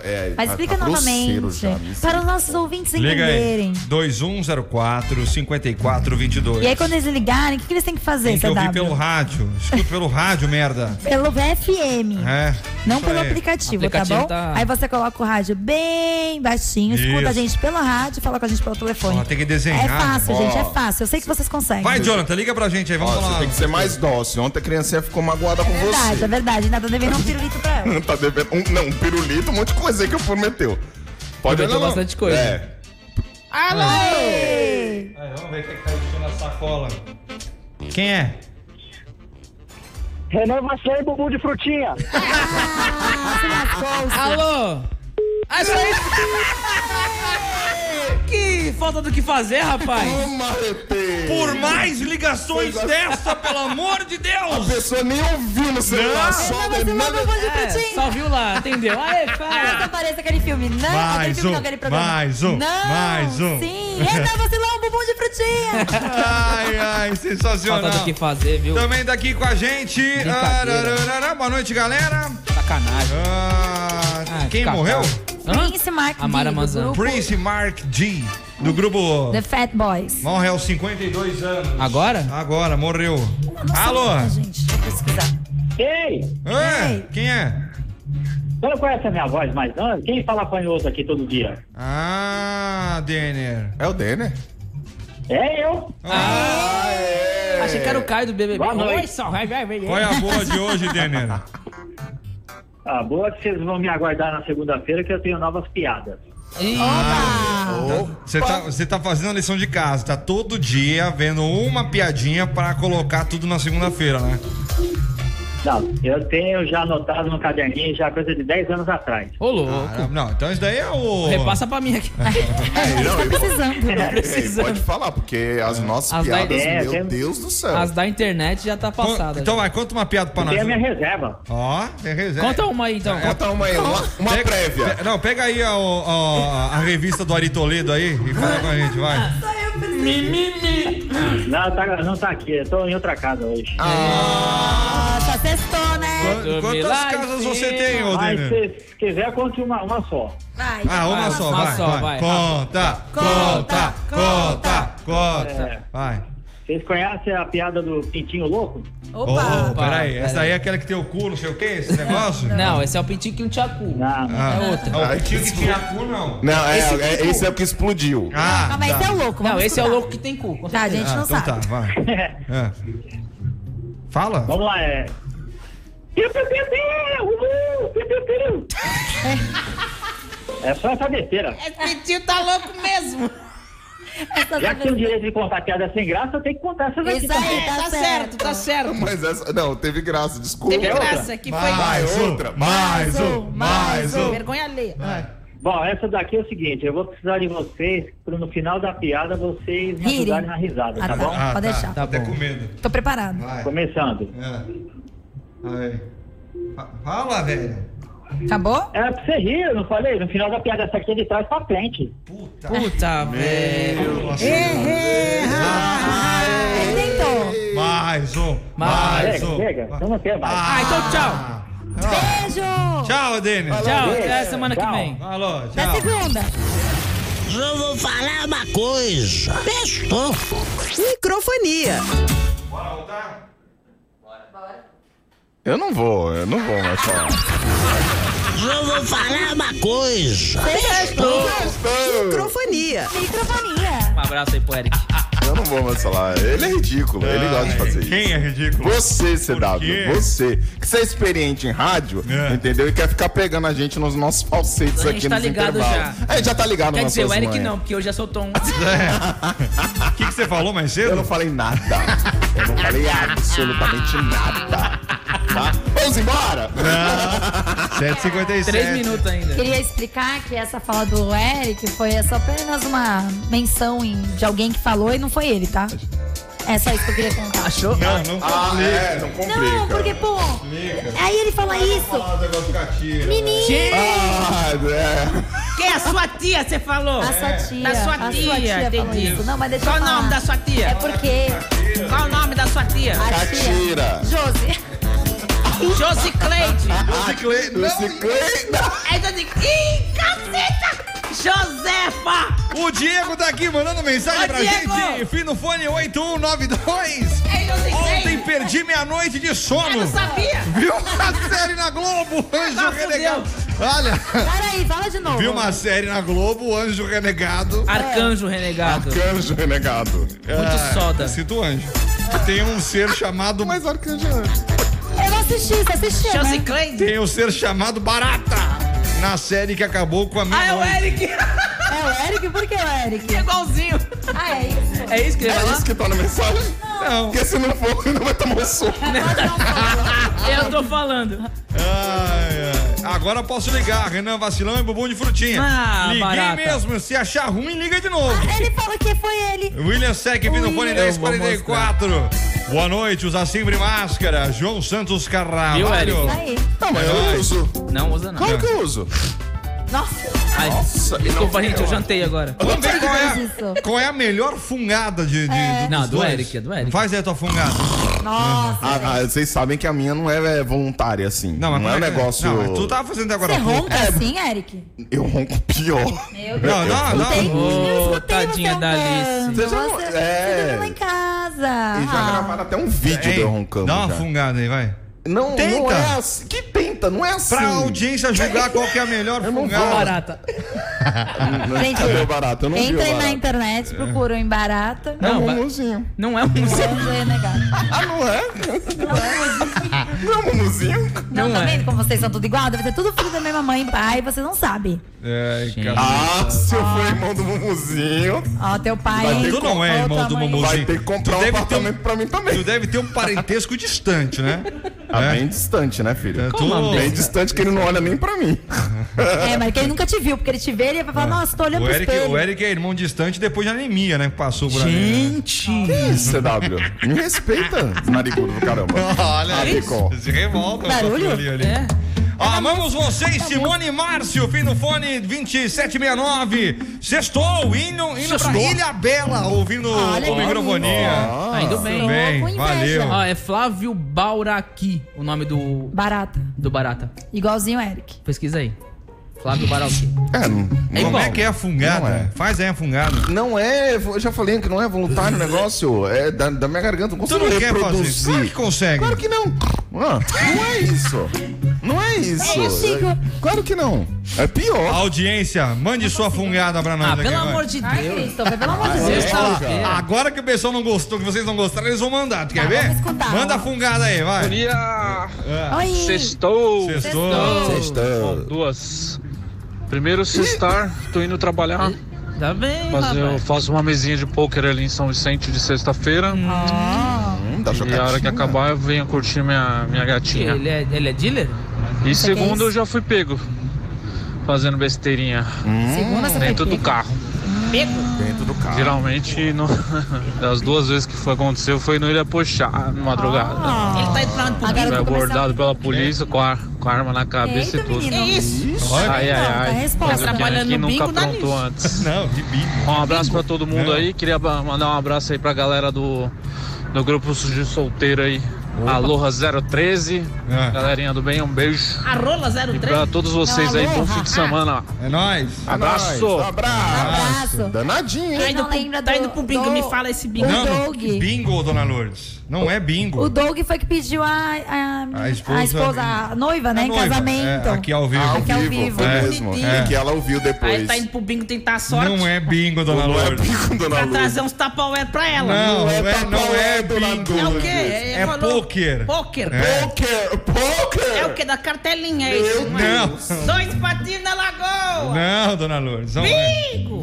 Speaker 7: Ah, é,
Speaker 8: Mas
Speaker 7: tá-
Speaker 8: explica
Speaker 7: tá grosseiro
Speaker 8: novamente.
Speaker 7: já, me
Speaker 8: para os nossos ouvintes
Speaker 5: Liga aí.
Speaker 8: entenderem.
Speaker 5: 2104 5422.
Speaker 8: E aí, quando eles ligarem, o que, que eles têm que fazer,
Speaker 5: Tem que ouvir
Speaker 8: CW?
Speaker 5: pelo rádio. Escuta pelo rádio, merda.
Speaker 8: Pelo FM.
Speaker 5: É.
Speaker 8: Não
Speaker 5: Isso
Speaker 8: pelo
Speaker 5: aí.
Speaker 8: aplicativo,
Speaker 6: Aplicativo
Speaker 8: tá bom?
Speaker 6: tá-
Speaker 8: Aí você coloca o rádio bem certinho, escuta
Speaker 5: Isso.
Speaker 8: a gente pela rádio e fala com a gente pelo telefone.
Speaker 5: Ela tem que desenhar,
Speaker 8: É fácil,
Speaker 5: né?
Speaker 8: gente, é
Speaker 5: Ó.
Speaker 8: fácil. Eu sei que vocês conseguem.
Speaker 5: liga pra gente aí,
Speaker 7: vamos falar. Você tem que ser mais dócil. Ontem a criancinha ficou magoada com
Speaker 8: Verdade,
Speaker 7: você.
Speaker 8: é verdade. Ainda tô devendo um pirulito pra ela.
Speaker 7: tá devendo. Um, não, um pirulito, um monte de coisa aí que eu prometeu. Pode
Speaker 6: Prometeu
Speaker 7: olhar lá.
Speaker 6: bastante coisa.
Speaker 7: É.
Speaker 6: Alô!
Speaker 5: Aí, vamos ver o que que tá enchendo a sacola. Quem é?
Speaker 17: Renovação e bumbum de frutinha.
Speaker 6: Alô? Ah, isso aí. Que falta do que fazer, rapaz.
Speaker 5: Por mais ligações
Speaker 6: Coisa-
Speaker 5: dessa, pelo amor de Deus!
Speaker 7: A pessoa nem ouviu no celular,
Speaker 5: Não.
Speaker 7: só
Speaker 5: Não,
Speaker 7: vai-
Speaker 5: mas eu
Speaker 7: nada-
Speaker 8: Vamos de
Speaker 7: É,
Speaker 8: pudim.
Speaker 6: Só viu lá, entendeu? Aê,
Speaker 8: Ah, Não
Speaker 6: fala.
Speaker 8: apareça aquele filme, não.
Speaker 5: Mais
Speaker 8: aquele filme,
Speaker 5: um,
Speaker 8: não, aquele programa.
Speaker 5: mais um,
Speaker 8: Não,
Speaker 5: mais um.
Speaker 8: Sim. é Eita, vacilão, bumbum de frutinha.
Speaker 5: Ai, ai, sensacional.
Speaker 6: Falta do que fazer, viu?
Speaker 5: Também tá aqui com a gente.
Speaker 6: Brincadeira.
Speaker 5: Arararara, Boa noite, galera. Ah,
Speaker 6: Sacanagem.
Speaker 5: Quem
Speaker 6: cacau.
Speaker 5: morreu?
Speaker 8: Prince Mark
Speaker 5: A Mara
Speaker 8: D, do
Speaker 5: Manzano.
Speaker 8: grupo
Speaker 5: Prince Mark G, do grupo.
Speaker 8: The Fat Boys.
Speaker 5: Morre aos 52 anos. Agora? Agora, morreu. Alô?
Speaker 8: Gente, deixa eu pesquisar.
Speaker 17: Ei!
Speaker 5: Ei! Quem é?
Speaker 17: Você não conhece Então, a minha voz mais não? Quem fala panhoso aqui todo dia?
Speaker 5: Ah, Denner.
Speaker 7: É o Denner? Ah,
Speaker 17: É eu!
Speaker 7: é.
Speaker 6: Achei que era o Caio do BBB.
Speaker 17: Boa noite.
Speaker 6: Oi, só vai, vai, vai.
Speaker 5: É. Qual é a boa de hoje, Denner?
Speaker 17: Ah, boa que vocês vão me aguardar na segunda-feira que eu tenho novas piadas.
Speaker 5: Ah.
Speaker 6: Ah.
Speaker 5: Você tá, você tá fazendo a lição de casa, tá todo dia vendo uma piadinha pra colocar tudo na segunda-feira, né?
Speaker 17: Não, eu tenho já anotado no caderninho já coisa de 10 anos atrás.
Speaker 6: Ô, louco.
Speaker 5: não, então isso daí é o.
Speaker 6: Repassa pra mim aqui.
Speaker 7: É, não, e-
Speaker 8: precisando.
Speaker 7: É,
Speaker 6: precisando.
Speaker 7: Pode falar, porque as
Speaker 5: Ah.
Speaker 7: nossas
Speaker 6: As da-
Speaker 7: piadas,
Speaker 6: É,
Speaker 7: meu
Speaker 6: tem-
Speaker 7: Deus do céu.
Speaker 6: As da internet já tá passada.
Speaker 5: Então é. vai, conta uma piada pra nós.
Speaker 6: Tem a minha
Speaker 17: reserva.
Speaker 5: Ó, tem reserva.
Speaker 6: Conta uma aí, então.
Speaker 7: Conta uma aí, uma, uma
Speaker 5: Pega-
Speaker 7: prévia.
Speaker 5: pe- não, pega aí a, a- a revista do Ari Toledo aí e fala com a gente, vai.
Speaker 17: Não, tá, não tá aqui, eu tô em outra casa hoje.
Speaker 8: Nossa, testou, né?
Speaker 5: Quantas casas você tem, ô
Speaker 17: Mas
Speaker 5: Denner?
Speaker 17: se quiser, conte uma, uma só.
Speaker 8: Vai,
Speaker 5: Ah, uma só, vai, vai. Conta, conta, conta, É. conta. Vai.
Speaker 17: Vocês conhecem a piada do Pintinho Louco?
Speaker 5: Opa! peraí, essa aí é aquela que tem o cu, não sei o que, esse negócio?
Speaker 6: Não, esse é o pintinho que não tinha cu.
Speaker 5: Ah.
Speaker 6: É outra.
Speaker 5: Ah, o pintinho que tinha cu, não.
Speaker 7: Não, é,
Speaker 6: Esse
Speaker 7: esse,
Speaker 6: que
Speaker 7: é,
Speaker 6: tem
Speaker 7: esse é o que explodiu.
Speaker 5: Ah,
Speaker 8: Calma, esse é o louco.
Speaker 6: Não,
Speaker 8: vamos
Speaker 6: esse é o
Speaker 8: estudar.
Speaker 6: louco que tem cu. com
Speaker 8: Tá, a
Speaker 6: certeza.
Speaker 8: gente não
Speaker 5: então
Speaker 8: sabe.
Speaker 5: tá, vai. É. Fala.
Speaker 17: Vamos lá, é. É só essa besteira.
Speaker 18: Esse pitinho tá louco mesmo.
Speaker 17: Já que tem o direito de contar piada sem graça, eu tenho que contar essas aqui.
Speaker 18: Isso aí, tá, certo, tá certo.
Speaker 7: Mas essa. Não, teve graça, desculpa.
Speaker 18: Teve graça, que foi-
Speaker 7: Mais outra, mais um, mais um.
Speaker 18: Vergonha alheia.
Speaker 17: Bom, essa daqui é o seguinte, eu vou precisar de vocês para no final da piada vocês me
Speaker 8: Rirem.
Speaker 17: ajudarem na risada,
Speaker 8: Ah,
Speaker 17: tá
Speaker 8: tá.
Speaker 17: bom?
Speaker 8: Ah, Pode tá. deixar.
Speaker 5: Tá com medo.
Speaker 8: Tô preparado.
Speaker 17: Começando.
Speaker 5: É. Fala, velho.
Speaker 8: Acabou?
Speaker 17: É pra você rir, eu não falei? No final da piada essa aqui ele traz pra frente.
Speaker 6: Puta, velho.
Speaker 17: É.
Speaker 8: Ele tentou.
Speaker 5: Mais um, mais
Speaker 17: chega,
Speaker 5: um.
Speaker 17: chega, eu não quero mais.
Speaker 6: Ah, então tchau.
Speaker 8: Beijo!
Speaker 5: Tchau, Denis.
Speaker 6: Tchau, até semana que vem.
Speaker 5: Falou, tchau.
Speaker 8: Até segunda.
Speaker 1: Eu vou falar É uma coisa. Testou.
Speaker 3: Microfonia.
Speaker 7: Eu não vou, eu não vou mais falar.
Speaker 1: Eu vou falar uma coisa.
Speaker 3: Testou.
Speaker 7: Testou.
Speaker 3: Microfonia.
Speaker 8: Microfonia.
Speaker 6: Um abraço aí pro Eric.
Speaker 7: Eu não vou mais falar. Ele é ridículo, ele gosta de fazer isso.
Speaker 5: Quem é ridículo?
Speaker 7: Você,
Speaker 5: quê? É.
Speaker 7: CW, você. Que você é experiente em rádio, entendeu? E quer ficar pegando a gente nos nossos falsetes
Speaker 6: A gente
Speaker 7: aqui
Speaker 6: tá
Speaker 7: nos
Speaker 6: ligado
Speaker 7: intervalos.
Speaker 6: já.
Speaker 7: A gente já tá ligado
Speaker 6: Quer
Speaker 7: nas
Speaker 6: dizer, o
Speaker 7: suas
Speaker 6: Eric
Speaker 7: manhas.
Speaker 6: não, porque hoje já soltou um.
Speaker 5: O que, que você falou mais cedo?
Speaker 7: Eu não falei nada. Eu não falei absolutamente nada. Tá? Vamos embora?
Speaker 5: 7h57.
Speaker 6: Três minutos ainda.
Speaker 8: Queria explicar que essa fala do Eric foi só apenas uma menção em- de alguém que falou e não foi ele, tá? É só isso que eu queria contar.
Speaker 6: Achou?
Speaker 5: Não, não
Speaker 7: Ah,
Speaker 5: complica.
Speaker 7: é, não complica.
Speaker 8: Não, porque, pô, aí ele fala isso.
Speaker 7: Ah, o negócio do catira.
Speaker 8: Menino.
Speaker 6: Gente.
Speaker 7: Ah, é.
Speaker 18: Quem é a sua tia, você falou?
Speaker 8: A sua tia.
Speaker 18: Da sua
Speaker 8: a
Speaker 18: tia,
Speaker 8: sua tia falou
Speaker 18: entendi.
Speaker 8: isso. Não, mas deixa
Speaker 18: Qual
Speaker 8: eu
Speaker 18: o
Speaker 8: falar.
Speaker 18: nome da sua tia?
Speaker 8: É porque...
Speaker 18: Qual o nome da sua tia?
Speaker 8: a tia-
Speaker 7: é. Catira.
Speaker 8: Josi.
Speaker 18: Josi Cleide.
Speaker 7: Lucy Cleide.
Speaker 18: Aí eu digo, ih, caceta! Josefa!
Speaker 5: O Diego tá aqui mandando mensagem
Speaker 18: Ô,
Speaker 5: pra
Speaker 18: Diego!
Speaker 5: gente. Fim no fone 8192.
Speaker 18: Aí eu digo,
Speaker 5: Ontem
Speaker 18: ei,
Speaker 5: perdi meia noite de sono.
Speaker 18: eu não sabia!
Speaker 5: Viu a série na Globo, Anjo
Speaker 6: Ah,
Speaker 18: Agora
Speaker 5: Renegado. Olha.
Speaker 8: Peraí, fala de novo.
Speaker 5: Vi uma série na Globo, Anjo Renegado.
Speaker 6: Arcanjo Renegado.
Speaker 5: Arcanjo Renegado.
Speaker 6: Ah, Muito soda.
Speaker 5: Cito É, o anjo. Tem um ser chamado. Mas Arcanjo é
Speaker 8: Eu não assisti, você assistiu.
Speaker 6: Chelsea
Speaker 8: né?
Speaker 6: Clayton.
Speaker 5: Tem um ser chamado Barata. Na série que acabou com a minha.
Speaker 6: Ah, é o
Speaker 5: mãe.
Speaker 6: Eric!
Speaker 8: É o Eric? Por que o Eric?
Speaker 6: É igualzinho.
Speaker 8: Ah, é isso?
Speaker 6: É isso que ele vai
Speaker 7: É
Speaker 6: falar?
Speaker 7: isso que tá na mensagem?
Speaker 5: Não.
Speaker 7: Porque se não for, não vai tomar um soco.
Speaker 6: É, Eu tô falando.
Speaker 5: Ai, ai. Agora posso ligar, Renan Vacilão e Bumbum de Frutinha.
Speaker 6: Ah,
Speaker 5: Liguei
Speaker 6: barata.
Speaker 5: mesmo, se achar ruim, liga de novo.
Speaker 8: Ah, Ele falou que foi ele.
Speaker 5: William Sec, vindo fone
Speaker 6: Eu vou
Speaker 5: 1044. Boa noite, usar sempre máscara. João Santos Carvalho.
Speaker 6: Viu, Eric?
Speaker 8: Aí.
Speaker 7: Não, mas eu uso.
Speaker 6: Não usa não.
Speaker 7: Claro que eu uso.
Speaker 8: Nossa,
Speaker 6: Ai,
Speaker 7: Nossa, e não-
Speaker 6: desculpa, gente, eu jantei agora.
Speaker 5: Vamos ver qual
Speaker 8: Deus,
Speaker 5: é,
Speaker 8: isso.
Speaker 5: qual é a melhor fungada de. de
Speaker 8: É.
Speaker 5: dos
Speaker 6: Não, do
Speaker 5: dois.
Speaker 6: Eric, é do Eric.
Speaker 5: Faz aí a tua fungada.
Speaker 8: nossa.
Speaker 7: Ah, ah, vocês sabem que a minha não é, é voluntária, assim. Não,
Speaker 5: como
Speaker 7: é um
Speaker 5: que-
Speaker 7: negócio.
Speaker 5: Não, mas tu tá- tava fazendo agora.
Speaker 8: Você
Speaker 5: pouco.
Speaker 7: É.
Speaker 8: ronca assim, Eric?
Speaker 7: Eu ronco pior.
Speaker 8: Meu Deus.
Speaker 5: Não, não, não.
Speaker 8: Tem, eu
Speaker 6: Ô,
Speaker 8: escutei
Speaker 6: tadinha
Speaker 8: você
Speaker 6: da
Speaker 8: roncando.
Speaker 6: Alice.
Speaker 7: Você já-
Speaker 8: Você-
Speaker 7: é.
Speaker 8: você dormiu lá em casa.
Speaker 7: E já
Speaker 8: Ah.
Speaker 7: gravaram até um vídeo de
Speaker 5: Ei,
Speaker 7: eu roncando.
Speaker 5: Dá uma
Speaker 7: já.
Speaker 5: fungada aí, vai.
Speaker 7: Não, não
Speaker 5: Tenta.
Speaker 7: é assim. Que tenta, não é assim.
Speaker 5: Pra audiência julgar qual que é a melhor
Speaker 7: não
Speaker 5: fungada.
Speaker 6: Tá Barata.
Speaker 7: Não,
Speaker 8: Gente,
Speaker 7: cadê o barato? Eu não vi o
Speaker 8: Entrem
Speaker 7: barato.
Speaker 8: na internet, procuram em barata.
Speaker 7: É um
Speaker 6: Não, ba-
Speaker 7: mumuzinho.
Speaker 6: Não é um museu.
Speaker 8: Vamos ver, né, cara?
Speaker 7: Ah, não é? Não é um mumuzinho?
Speaker 8: Não,
Speaker 6: Não
Speaker 8: tá
Speaker 6: é.
Speaker 8: vendo como vocês são tudo igual? Deve ser tudo filho da mesma mãe e pai, você não sabe.
Speaker 5: É, cara.
Speaker 7: Ah, se eu for irmão do mumuzinho,
Speaker 8: Ó, teu pai.
Speaker 7: Mas
Speaker 5: tu não é
Speaker 8: ou
Speaker 5: irmão
Speaker 8: tua
Speaker 5: do
Speaker 8: mãe-
Speaker 5: Mumuzinho.
Speaker 7: vai ter que comprar um
Speaker 5: deve ter um-
Speaker 7: apartamento pra mim
Speaker 5: Tu
Speaker 7: também.
Speaker 5: deve ter um parentesco distante, né?
Speaker 7: Tá
Speaker 5: É.
Speaker 7: bem distante, né, filho?
Speaker 5: É, tu-
Speaker 7: Bem distante que ele não olha nem pra mim.
Speaker 8: É, mas que ele nunca te viu, porque ele te vê, ele vai falar, nossa, tô olhando
Speaker 5: Ah. O
Speaker 8: pro
Speaker 5: Eric,
Speaker 8: espelho.
Speaker 5: o Eric é irmão distante depois de anemia, né? Que passou por ali. né?
Speaker 7: Gente! Que isso, CW? Me respeita, narigudo do caramba.
Speaker 5: Olha
Speaker 7: Ah,
Speaker 5: isso.
Speaker 7: ficou.
Speaker 5: Se revolta. um
Speaker 8: Barulho?
Speaker 5: Ali, ali.
Speaker 6: É.
Speaker 5: Amamos vocês, Simone e Márcio, fim do fone 2769. Sextou, indo, indo pra
Speaker 6: Sextou.
Speaker 5: Ilha Bela, ouvindo
Speaker 8: Olha
Speaker 5: o
Speaker 8: aí.
Speaker 5: microfonia.
Speaker 7: Ah,
Speaker 6: Ainda
Speaker 8: Tô
Speaker 6: bem.
Speaker 5: Bem,
Speaker 8: com inveja.
Speaker 5: valeu.
Speaker 6: Ó, é Flávio Bauraqui, o nome do,
Speaker 8: Barata.
Speaker 6: do Barata.
Speaker 8: Igualzinho o Eric.
Speaker 6: Pesquisa aí. Flávio Bauraqui.
Speaker 7: é, não,
Speaker 6: É
Speaker 5: Como
Speaker 6: igual.
Speaker 5: é que é a fungada?
Speaker 7: Não é.
Speaker 5: Faz aí a fungada.
Speaker 7: não é, eu já falei que não é voluntário o negócio, é da, da minha garganta, não
Speaker 5: Tu
Speaker 7: consigo
Speaker 5: não quer fazer? Claro que
Speaker 7: reproduzir.
Speaker 5: consegue.
Speaker 7: Claro que não. Ah, não é isso. Não é isso.
Speaker 8: É isso, Igor.
Speaker 7: Claro que não. É pior.
Speaker 5: Audiência, mande sua fungada pra nós.
Speaker 6: Ah,
Speaker 5: aqui,
Speaker 6: pelo
Speaker 5: vai.
Speaker 6: amor de
Speaker 8: Ai,
Speaker 6: Deus. tá
Speaker 8: Christopher, pelo amor de
Speaker 7: Ah,
Speaker 8: Deus.
Speaker 7: é.
Speaker 6: Sexta-feira.
Speaker 5: Agora que o pessoal não gostou, que vocês não gostaram, eles vão mandar. Tu quer
Speaker 8: Tá,
Speaker 5: ver?
Speaker 8: vamos escutar.
Speaker 5: Manda a fungada aí, vai.
Speaker 19: Dia
Speaker 5: Ah.
Speaker 8: Oi.
Speaker 19: sextou.
Speaker 5: Sextou.
Speaker 7: Sexta.
Speaker 19: Duas. Primeiro sextar, tô indo trabalhar,
Speaker 6: Tá bem,
Speaker 19: mas eu
Speaker 6: rapaz.
Speaker 19: faço uma mesinha de pôquer ali em São Vicente de sexta-feira.
Speaker 8: Ó.
Speaker 7: Hum, dá
Speaker 19: E a hora que
Speaker 7: chocatinha.
Speaker 19: acabar eu venho curtir minha, minha gatinha.
Speaker 6: Ele é, ele é dealer?
Speaker 19: E
Speaker 8: Você quer
Speaker 19: segundo
Speaker 8: isso?
Speaker 19: eu já fui pego. Fazendo besteirinha Hum.
Speaker 8: Segunda, você
Speaker 19: dentro
Speaker 8: foi
Speaker 19: do
Speaker 8: pego.
Speaker 19: carro.
Speaker 7: Dentro do carro.
Speaker 19: Geralmente, no- das duas vezes que foi aconteceu, foi no Ilha Pochá, na madrugada.
Speaker 8: Ele tá entrando pro
Speaker 19: Fui abordado pela polícia com a, com a arma na cabeça
Speaker 8: Eita,
Speaker 19: e tudo.
Speaker 8: menino.
Speaker 7: Isso.
Speaker 19: Ai, ai,
Speaker 8: Não, tá a
Speaker 19: ai.
Speaker 8: resposta.
Speaker 19: Essa
Speaker 8: Trabalhando
Speaker 19: aqui
Speaker 6: é no
Speaker 19: nunca
Speaker 6: bingo, dá
Speaker 19: aprontou
Speaker 6: nisso.
Speaker 19: antes.
Speaker 5: Não, que bico.
Speaker 19: Um abraço pra todo mundo
Speaker 7: Né?
Speaker 5: Não.
Speaker 19: aí. Queria ba- mandar um abraço aí pra galera do, do grupo de solteiro aí. Aloha 013.
Speaker 5: É.
Speaker 19: Galerinha do bem, um beijo.
Speaker 6: A rola
Speaker 19: E pra
Speaker 6: 03.
Speaker 19: todos vocês aí, bom
Speaker 8: Aloha.
Speaker 19: fim de semana.
Speaker 5: É nóis.
Speaker 19: Abraço.
Speaker 7: Nós, Abraço.
Speaker 8: Abraço.
Speaker 7: Danadinho,
Speaker 6: Tá
Speaker 7: hein?
Speaker 6: indo,
Speaker 8: Não
Speaker 6: pro,
Speaker 8: lembra
Speaker 6: tá
Speaker 8: do-
Speaker 6: indo pro bingo,
Speaker 8: do-
Speaker 6: me fala esse bingo.
Speaker 8: O
Speaker 5: Não,
Speaker 8: Doug.
Speaker 5: bingo, dona Lourdes. Não é bingo.
Speaker 8: O Doug foi que pediu a, a,
Speaker 5: A esposa-
Speaker 8: a esposa, a noiva, né?
Speaker 5: É
Speaker 8: Em
Speaker 5: noiva.
Speaker 8: casamento.
Speaker 5: É, aqui ao vivo.
Speaker 7: Ah, ao
Speaker 6: um
Speaker 8: Aqui ao
Speaker 7: vivo,
Speaker 8: vivo.
Speaker 7: foi
Speaker 5: É.
Speaker 7: mesmo.
Speaker 5: É.
Speaker 7: É que ela ouviu
Speaker 6: Aí
Speaker 7: depois.
Speaker 6: tá indo pro bingo tentar a sorte.
Speaker 5: Não é bingo, dona
Speaker 7: Não é
Speaker 5: Lourdes.
Speaker 7: bico, dona
Speaker 6: Pra
Speaker 7: Lourdes.
Speaker 6: trazer uns tapaué pra ela.
Speaker 5: Não, é,
Speaker 7: tá
Speaker 5: não é
Speaker 7: falando, dona
Speaker 5: bingo.
Speaker 6: É o
Speaker 7: Lourdes.
Speaker 6: quê?
Speaker 5: É
Speaker 6: rolou-
Speaker 5: pôquer.
Speaker 6: Pôquer.
Speaker 5: É.
Speaker 7: Poker! Poker!
Speaker 6: É. o quê? Da cartelinha, é
Speaker 7: Meu
Speaker 6: isso? não é?
Speaker 5: Deus.
Speaker 6: Dois patinhos na lagoa.
Speaker 5: Não, dona Lourdes. Não é.
Speaker 6: Bingo!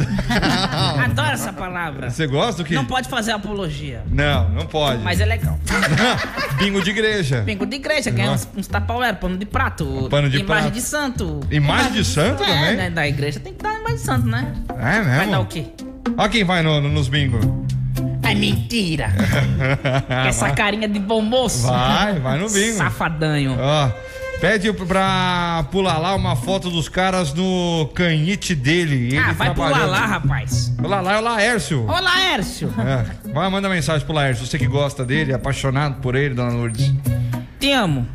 Speaker 6: Adoro essa palavra.
Speaker 5: Você gosta do que?
Speaker 6: Não pode fazer apologia.
Speaker 5: Não, não pode.
Speaker 6: Mas é legal.
Speaker 5: Bingo de igreja.
Speaker 6: Bingo de igreja, ganha uns,
Speaker 5: Nossa.
Speaker 6: uns tapaué, pano de prato.
Speaker 5: Pano de
Speaker 6: imagem
Speaker 5: prato.
Speaker 6: de santo.
Speaker 5: Imagem de santo
Speaker 6: é,
Speaker 5: também?
Speaker 6: Né, da igreja tem que dar imagem de santo, né?
Speaker 5: É mesmo?
Speaker 6: Vai dar o quê?
Speaker 5: Olha quem vai no- no- nos bingo.
Speaker 6: É mentira. Essa carinha de bom moço.
Speaker 5: É, Vai, vai no bingo.
Speaker 6: Safadanho.
Speaker 5: Ó, pede pra pular lá uma foto dos caras no canhite dele.
Speaker 6: Ah,
Speaker 5: ele
Speaker 6: vai pro
Speaker 5: trabalhando.
Speaker 6: Lalá, rapaz.
Speaker 5: O Lalá é o Laércio.
Speaker 6: Ô, Laércio.
Speaker 5: É. Vai, manda mensagem pro Laércio. Você que gosta dele, é apaixonado por ele, dona Lourdes.
Speaker 6: Te amo.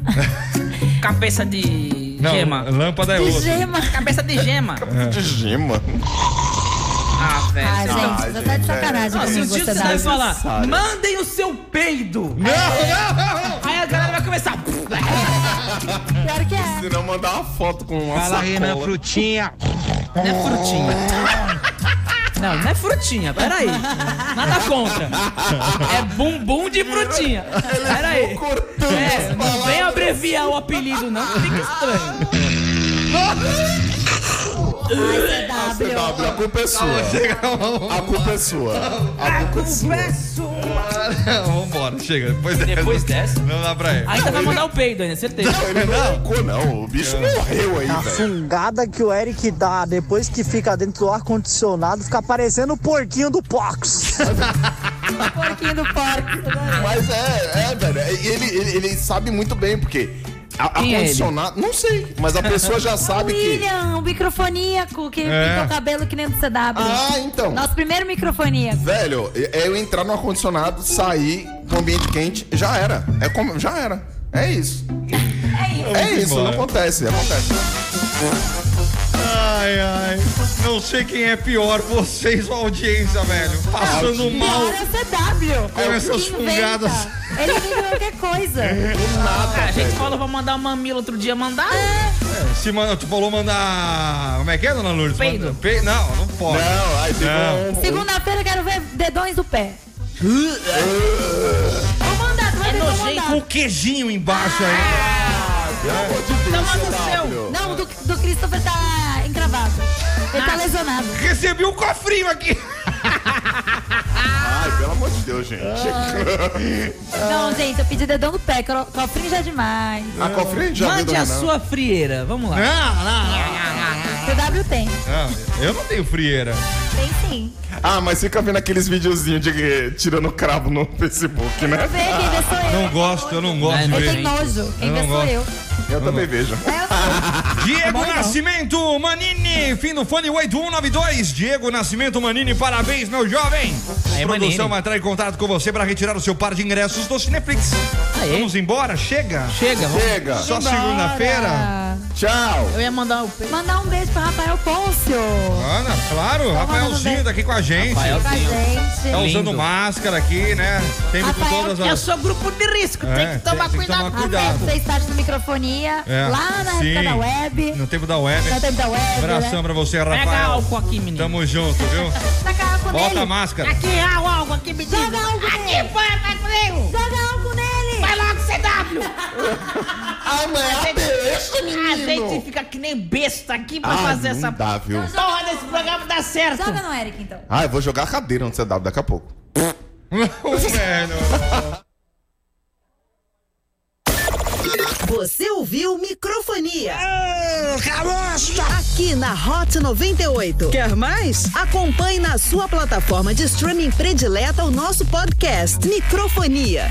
Speaker 6: Cabeça de
Speaker 5: Não, É.
Speaker 6: gema.
Speaker 5: lâmpada é
Speaker 8: De
Speaker 5: outra.
Speaker 8: gema.
Speaker 6: Cabeça de gema.
Speaker 7: De gema.
Speaker 6: Ah, velho.
Speaker 8: Ah,
Speaker 6: vocês
Speaker 8: gente, você
Speaker 7: é.
Speaker 8: tá de sacanagem
Speaker 6: Nossa, um
Speaker 8: comigo,
Speaker 6: dia
Speaker 8: você tá?
Speaker 6: você vai
Speaker 8: dá.
Speaker 6: falar,
Speaker 7: Necessário.
Speaker 6: mandem o seu peido.
Speaker 5: Não, não, não.
Speaker 6: Aí a galera vai começar.
Speaker 8: Pior que é.
Speaker 7: Senão mandar uma foto com uma
Speaker 6: Fala,
Speaker 7: sacola.
Speaker 6: Renan Frutinha. Não é frutinha. Não, não é frutinha, peraí. Nada contra. É bumbum de frutinha. Peraí. É, não vem abreviar o apelido, não, que fica estranho.
Speaker 7: A CW, a culpa é sua. A culpa é sua. A culpa é sua.
Speaker 5: Vambora, chega. Depois Tá, dessa. Não dá pra ir.
Speaker 6: Ainda vai mandar o peido, né? Certeza.
Speaker 7: Não, ele não roncou, não. O bicho morreu aí,
Speaker 6: Tá
Speaker 20: A
Speaker 7: velho.
Speaker 20: fungada que o Eric dá depois que fica dentro do ar-condicionado fica parecendo o porquinho do Pox.
Speaker 8: porquinho do porco.
Speaker 7: Mas é, é, velho. Ele, ele, ele sabe muito bem, porque. A,
Speaker 8: Quem é
Speaker 7: ar-condicionado, não sei, mas a pessoa já sabe
Speaker 8: o
Speaker 7: que.
Speaker 8: William, o microfoníaco que
Speaker 7: É.
Speaker 8: pintou o cabelo que nem do CW.
Speaker 7: Ah, então.
Speaker 8: Nosso primeiro microfoníaco.
Speaker 7: Velho, é eu entrar no ar-condicionado, sair do ambiente quente, já era. É como, já era. É isso. É
Speaker 5: Vamos
Speaker 7: isso, não
Speaker 5: embora.
Speaker 7: acontece, acontece.
Speaker 5: Ai, ai. Não sei quem é pior, vocês ou a audiência, velho. Passando mal.
Speaker 8: Pior é o CW.
Speaker 5: Com essas
Speaker 8: Que
Speaker 7: um
Speaker 8: inventa.
Speaker 5: fungadas.
Speaker 8: Ele inventa qualquer coisa.
Speaker 7: É.
Speaker 5: tá,
Speaker 6: Ah, a gente falou pra mandar o mamilo outro dia, mandar.
Speaker 5: É, Se manda, tu falou mandar. Como é que é, dona Lourdes?
Speaker 6: Peido.
Speaker 5: Manda- Pe... Não, não pode.
Speaker 7: Não, aí tem
Speaker 5: Não.
Speaker 8: Segunda-feira eu quero ver dedões do pé. Vou mandar, tu vai ver que eu vou mandar.
Speaker 5: Com o queijinho embaixo ainda.
Speaker 6: Então
Speaker 8: Toma
Speaker 5: Tá,
Speaker 8: no seu. Não, do, do Christopher tá encravado. Ele tá lesionado.
Speaker 5: Recebi um cofrinho aqui.
Speaker 7: Ai, pelo amor de Deus, gente.
Speaker 6: Ah.
Speaker 8: Não, gente, eu pedi dedão do pé. cro- Cofrinho já é demais.
Speaker 7: A cofrinha já
Speaker 6: Mande
Speaker 7: ouviu
Speaker 6: a
Speaker 5: é
Speaker 7: do Renan.
Speaker 6: sua frieira, vamos
Speaker 7: Ah,
Speaker 6: lá.
Speaker 5: Não,
Speaker 8: CW tem.
Speaker 5: Não, Ah, eu não tenho frieira.
Speaker 8: Tem sim.
Speaker 7: Ah, mas fica vendo aqueles videozinhos de eh, tirando cravo no Facebook, né?
Speaker 8: Vê quem vê sou eu.
Speaker 5: Ah, Não gosto, eu não gosto
Speaker 8: Eu
Speaker 5: de
Speaker 8: tenho
Speaker 5: ver.
Speaker 8: nojo. Quem
Speaker 5: Eu
Speaker 8: vê
Speaker 5: não
Speaker 8: sou
Speaker 5: gosto.
Speaker 8: eu. É,
Speaker 7: Eu também vejo.
Speaker 5: Diego Nascimento Manini, fim do fone 8192. Diego Nascimento Manini, parabéns, meu jovem.
Speaker 6: Aê,
Speaker 5: A Produção
Speaker 6: Manini.
Speaker 5: vai entrar em contato com você para retirar o seu par de ingressos do Cineflix. Vamos embora? Chega?
Speaker 6: Chega, vamos.
Speaker 7: Chega.
Speaker 5: Só
Speaker 8: Vambora.
Speaker 5: segunda-feira?
Speaker 7: Tchau.
Speaker 6: Eu ia mandar o peido.
Speaker 8: Mandar um beijo pro Rafael Pôncio.
Speaker 5: Ana, claro, Rafaelzinho tá aqui com a gente.
Speaker 8: Com a gente.
Speaker 5: Tá usando máscara aqui, né? Tem com todas
Speaker 8: eu
Speaker 5: as.
Speaker 8: sou grupo de risco,
Speaker 5: É,
Speaker 8: tem que tomar
Speaker 5: tem que
Speaker 8: cuidado.
Speaker 5: tomar cuidado.
Speaker 8: Você está no microfonia,
Speaker 5: É,
Speaker 8: lá na época
Speaker 5: sim.
Speaker 8: da web.
Speaker 5: No tempo da web.
Speaker 8: No tempo da web,
Speaker 5: Abração
Speaker 8: né?
Speaker 5: pra você,
Speaker 8: Pega
Speaker 5: Rafael.
Speaker 8: álcool
Speaker 6: aqui, menino.
Speaker 5: Tamo junto, viu?
Speaker 8: Taca álcool
Speaker 5: Bota
Speaker 8: nele.
Speaker 5: a máscara.
Speaker 18: Aqui, há o álcool aqui, menino.
Speaker 8: Joga álcool
Speaker 18: Aqui,
Speaker 8: nele.
Speaker 18: vai, vai comigo.
Speaker 8: Joga álcool nele.
Speaker 18: Vai logo, CW.
Speaker 7: Ah, mas é besta, menino.
Speaker 18: A gente fica que nem besta aqui pra
Speaker 7: Ah,
Speaker 18: fazer
Speaker 7: não
Speaker 18: essa
Speaker 7: dá, viu?
Speaker 18: porra desse programa dar certo.
Speaker 8: Joga no Eric, então.
Speaker 7: Ah, eu vou jogar a cadeira no CW daqui a pouco.
Speaker 3: Você ouviu Microfonia. Aqui na Hot 98. Quer mais? Acompanhe na sua plataforma de streaming predileta o nosso podcast Microfonia.